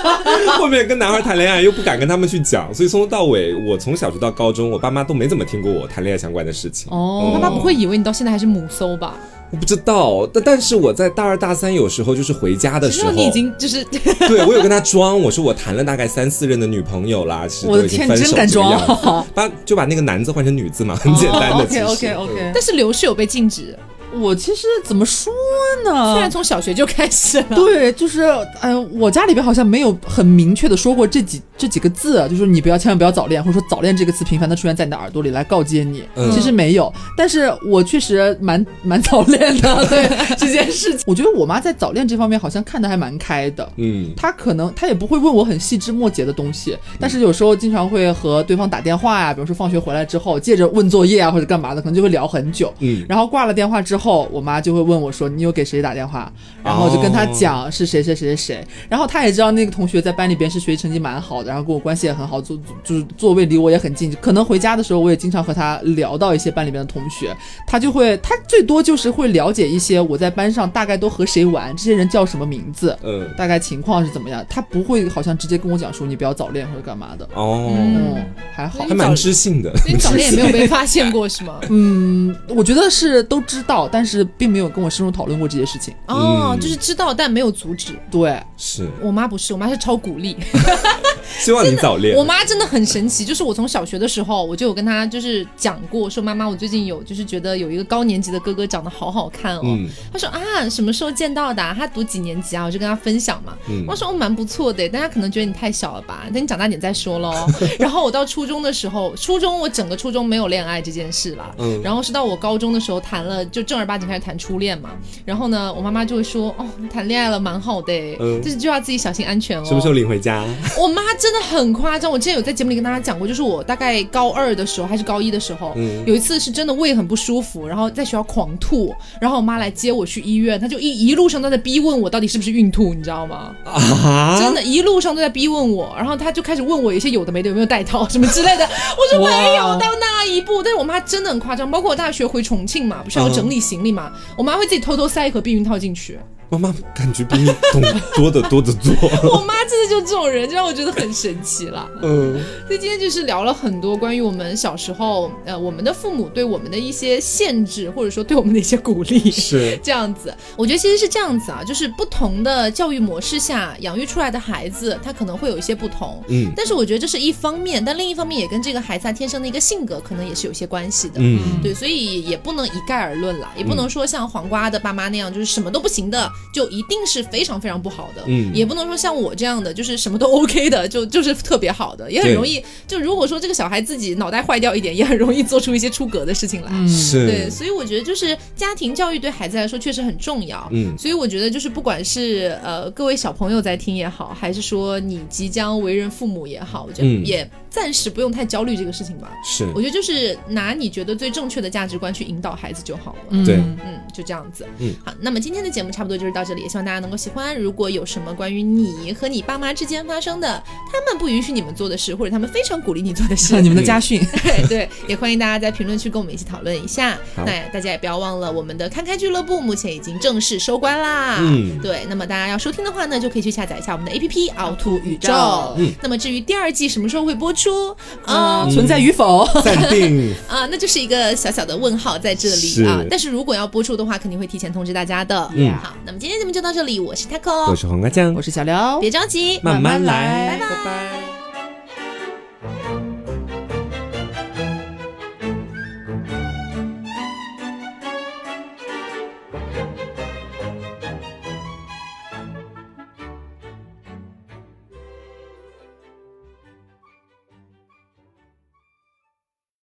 Speaker 2: 后面跟男孩谈恋爱又不敢跟他们去讲，所以从头到尾，我从小学到高中，我爸妈都没怎么听过我谈恋爱相关的事情。
Speaker 3: 哦
Speaker 1: 爸妈不会以为你到现在还是母搜吧？
Speaker 2: 我不知道，但但是我在大二大三有时候就是回家的
Speaker 1: 只
Speaker 2: 时
Speaker 1: 是
Speaker 2: 候，
Speaker 1: 你已经 就是
Speaker 2: 对我有跟他装，我说我谈了大概三四任的女朋友啦，其实
Speaker 3: 我
Speaker 2: 嗯都
Speaker 3: 的
Speaker 2: 已经
Speaker 3: 天，
Speaker 2: 分
Speaker 3: 你
Speaker 2: 手
Speaker 3: 真
Speaker 2: 这
Speaker 3: 敢
Speaker 2: 个样子，
Speaker 3: 装！
Speaker 2: 把就把那个男字换成女字嘛，很简单
Speaker 1: 哦
Speaker 2: 的。其
Speaker 3: OK
Speaker 2: 实
Speaker 3: OK
Speaker 2: 嗯
Speaker 3: OK。
Speaker 1: 但是留是有被禁止，
Speaker 3: 我其实怎么说
Speaker 2: 嗯
Speaker 1: 虽然
Speaker 3: 呢？
Speaker 1: 从小学就开始 了。
Speaker 3: 对，就是，哎、我家里边好像没有很明确的说过这几这几个字，啊就是你不要千万不要早恋，或者说早恋这个词频繁的出现在你的耳朵里来告诫你。
Speaker 2: 嗯
Speaker 3: 其实没有，但是我确实蛮蛮早恋的，对这件事情，我觉得我妈在早恋这方面好像看得还蛮开的。
Speaker 2: 嗯，
Speaker 3: 他可能他也不会问我很细枝末节的东西，但是有时候经常会和对方打电话呀、比如说放学回来之后，借着问作业啊或者干嘛的，可能就会聊很久。
Speaker 2: 嗯
Speaker 3: 然后挂了电话之后，我妈就会问我说：“你有给谁打电话？”然后我就跟她讲是谁谁谁谁谁。然后她也知道那个同学在班里边是学习成绩蛮好的，然后跟我关系也很好，坐就是座位离我也很近，可能回家的时候我也经常和她聊到一些班里边的同学，她就会她最多就是会了解一些我在班上大概都和谁玩，这些人叫什么名字，
Speaker 2: 嗯，
Speaker 3: 大概情况是怎么样，他不会好像直接跟我讲说你不要早恋或者干嘛的，
Speaker 2: 哦，
Speaker 1: 嗯
Speaker 3: 嗯，还好
Speaker 2: 还，蛮知性的。
Speaker 1: 所以你早恋也没有被发现过 是吗？
Speaker 3: 嗯，我觉得是都知道，但是并没有跟我深入讨论过这些事情。
Speaker 1: 哦
Speaker 2: 嗯，
Speaker 1: 就是知道但没有阻止。
Speaker 3: 对，
Speaker 2: 是，
Speaker 1: 我妈不是，我妈是超鼓励。
Speaker 2: 希望你早恋。
Speaker 1: 我妈真的很神奇，就是我从小学的时候，我就有跟她就是讲过，说妈妈，我最近有就是觉得有一个高年级的哥哥长得好好看哦。
Speaker 2: 嗯
Speaker 1: 她说啊，什么时候见到的啊、他读几年级啊？我就跟她分享嘛。
Speaker 2: 嗯
Speaker 1: 我，说哦，蛮不错的，但他可能觉得你太小了吧，等你长大点再说喽。 然后我到初中的时候，初中我整个初中没有恋爱这件事啦。
Speaker 2: 嗯
Speaker 1: 然后是到我高中的时候谈了，就正儿八经开始谈初恋嘛。然后呢，我妈妈就会说，哦，谈恋爱了蛮好的，
Speaker 2: 嗯
Speaker 1: 就是就要自己小心安全哦。
Speaker 2: 什么时候领回家？
Speaker 1: 我妈真的很夸张，我之前有在节目里跟大家讲过，就是我大概高二的时候还是高一的时候，
Speaker 2: 嗯
Speaker 1: 有一次是真的胃很不舒服，然后在学校狂吐，然后我妈来接我去医院，她就一一路上都在逼问我到底是不是孕吐，你知道吗？
Speaker 2: 啊，
Speaker 1: 真的，一路上都在逼问我，然后她就开始问我一些有的没的，有没有带套什么之类的，我说
Speaker 3: 哇
Speaker 1: 没有到那一步，但是我妈真的很夸张，包括我大学回重庆嘛，不是要整理行李嘛，我妈会自己偷偷塞一盒避孕套进去，
Speaker 2: 妈妈感觉比你懂多得多得多。
Speaker 1: 我妈真的就这种人，就让我觉得很神奇了。
Speaker 2: 嗯
Speaker 1: 所以今天就是聊了很多关于我们小时候，呃，我们的父母对我们的一些限制，或者说对我们的一些鼓励。
Speaker 2: 是，
Speaker 1: 这样子，我觉得其实是这样子啊，就是不同的教育模式下养育出来的孩子，他可能会有一些不同。
Speaker 2: 嗯
Speaker 1: 但是我觉得这是一方面，但另一方面也跟这个孩子他天生的一个性格可能也是有些关系的。
Speaker 2: 嗯
Speaker 1: 对，所以也不能一概而论啦，也不能说像黄瓜的爸妈那样就是什么都不行的，就一定是非常非常不好的，
Speaker 2: 嗯
Speaker 1: 也不能说像我这样的，就是什么都 OK 的，就就是特别好的，也很
Speaker 2: 对
Speaker 1: 容易。就如果说这个小孩自己脑袋坏掉一点，也很容易做出一些出格的事情
Speaker 2: 嗯
Speaker 1: 来。对，
Speaker 2: 是，
Speaker 1: 所以我觉得就是家庭教育对孩子来说确实很重要。
Speaker 2: 嗯
Speaker 1: 所以我觉得就是不管是呃各位小朋友在听也好，还是说你即将为人父母也好，我觉得
Speaker 2: 嗯
Speaker 1: 也暂时不用太焦虑这个事情吧。
Speaker 2: 是，
Speaker 1: 我觉得就是拿你觉得最正确的价值观去引导孩子就好了。
Speaker 2: 对
Speaker 1: 嗯，就这样子。
Speaker 2: 嗯，
Speaker 1: 好，那么今天的节目差不多就是到这里，也希望大家能够喜欢。如果有什么关于你和你爸妈之间发生的他们不允许你们做的事，或者他们非常鼓励你做的 事，
Speaker 3: 你们的家训，
Speaker 1: 对对，也欢迎大家在评论区跟我们一起讨论一下。
Speaker 2: 好
Speaker 1: 那大家也不要忘了，我们的看开俱乐部目前已经正式收官啦。
Speaker 2: 嗯
Speaker 1: 对，那么大家要收听的话呢，就可以去下载一下我们的 APP 凹凸宇宙。
Speaker 2: 嗯
Speaker 1: 那么至于第二季什么时候会播出，啊、
Speaker 3: 嗯，存在与否，
Speaker 2: 暂 定，
Speaker 1: 啊，那就是一个小小的问号在这里
Speaker 2: 是
Speaker 1: 啊。但是如果要播出的话，肯定会提前通知大家的。
Speaker 2: 嗯
Speaker 1: 好，那么今天节目就到这里，我是
Speaker 2: 我
Speaker 1: Taco，
Speaker 2: 是黄瓜酱
Speaker 3: 我，是小廖，
Speaker 1: 别着急，
Speaker 2: 慢慢
Speaker 3: 慢慢来
Speaker 2: 来，
Speaker 3: 拜
Speaker 2: 拜拜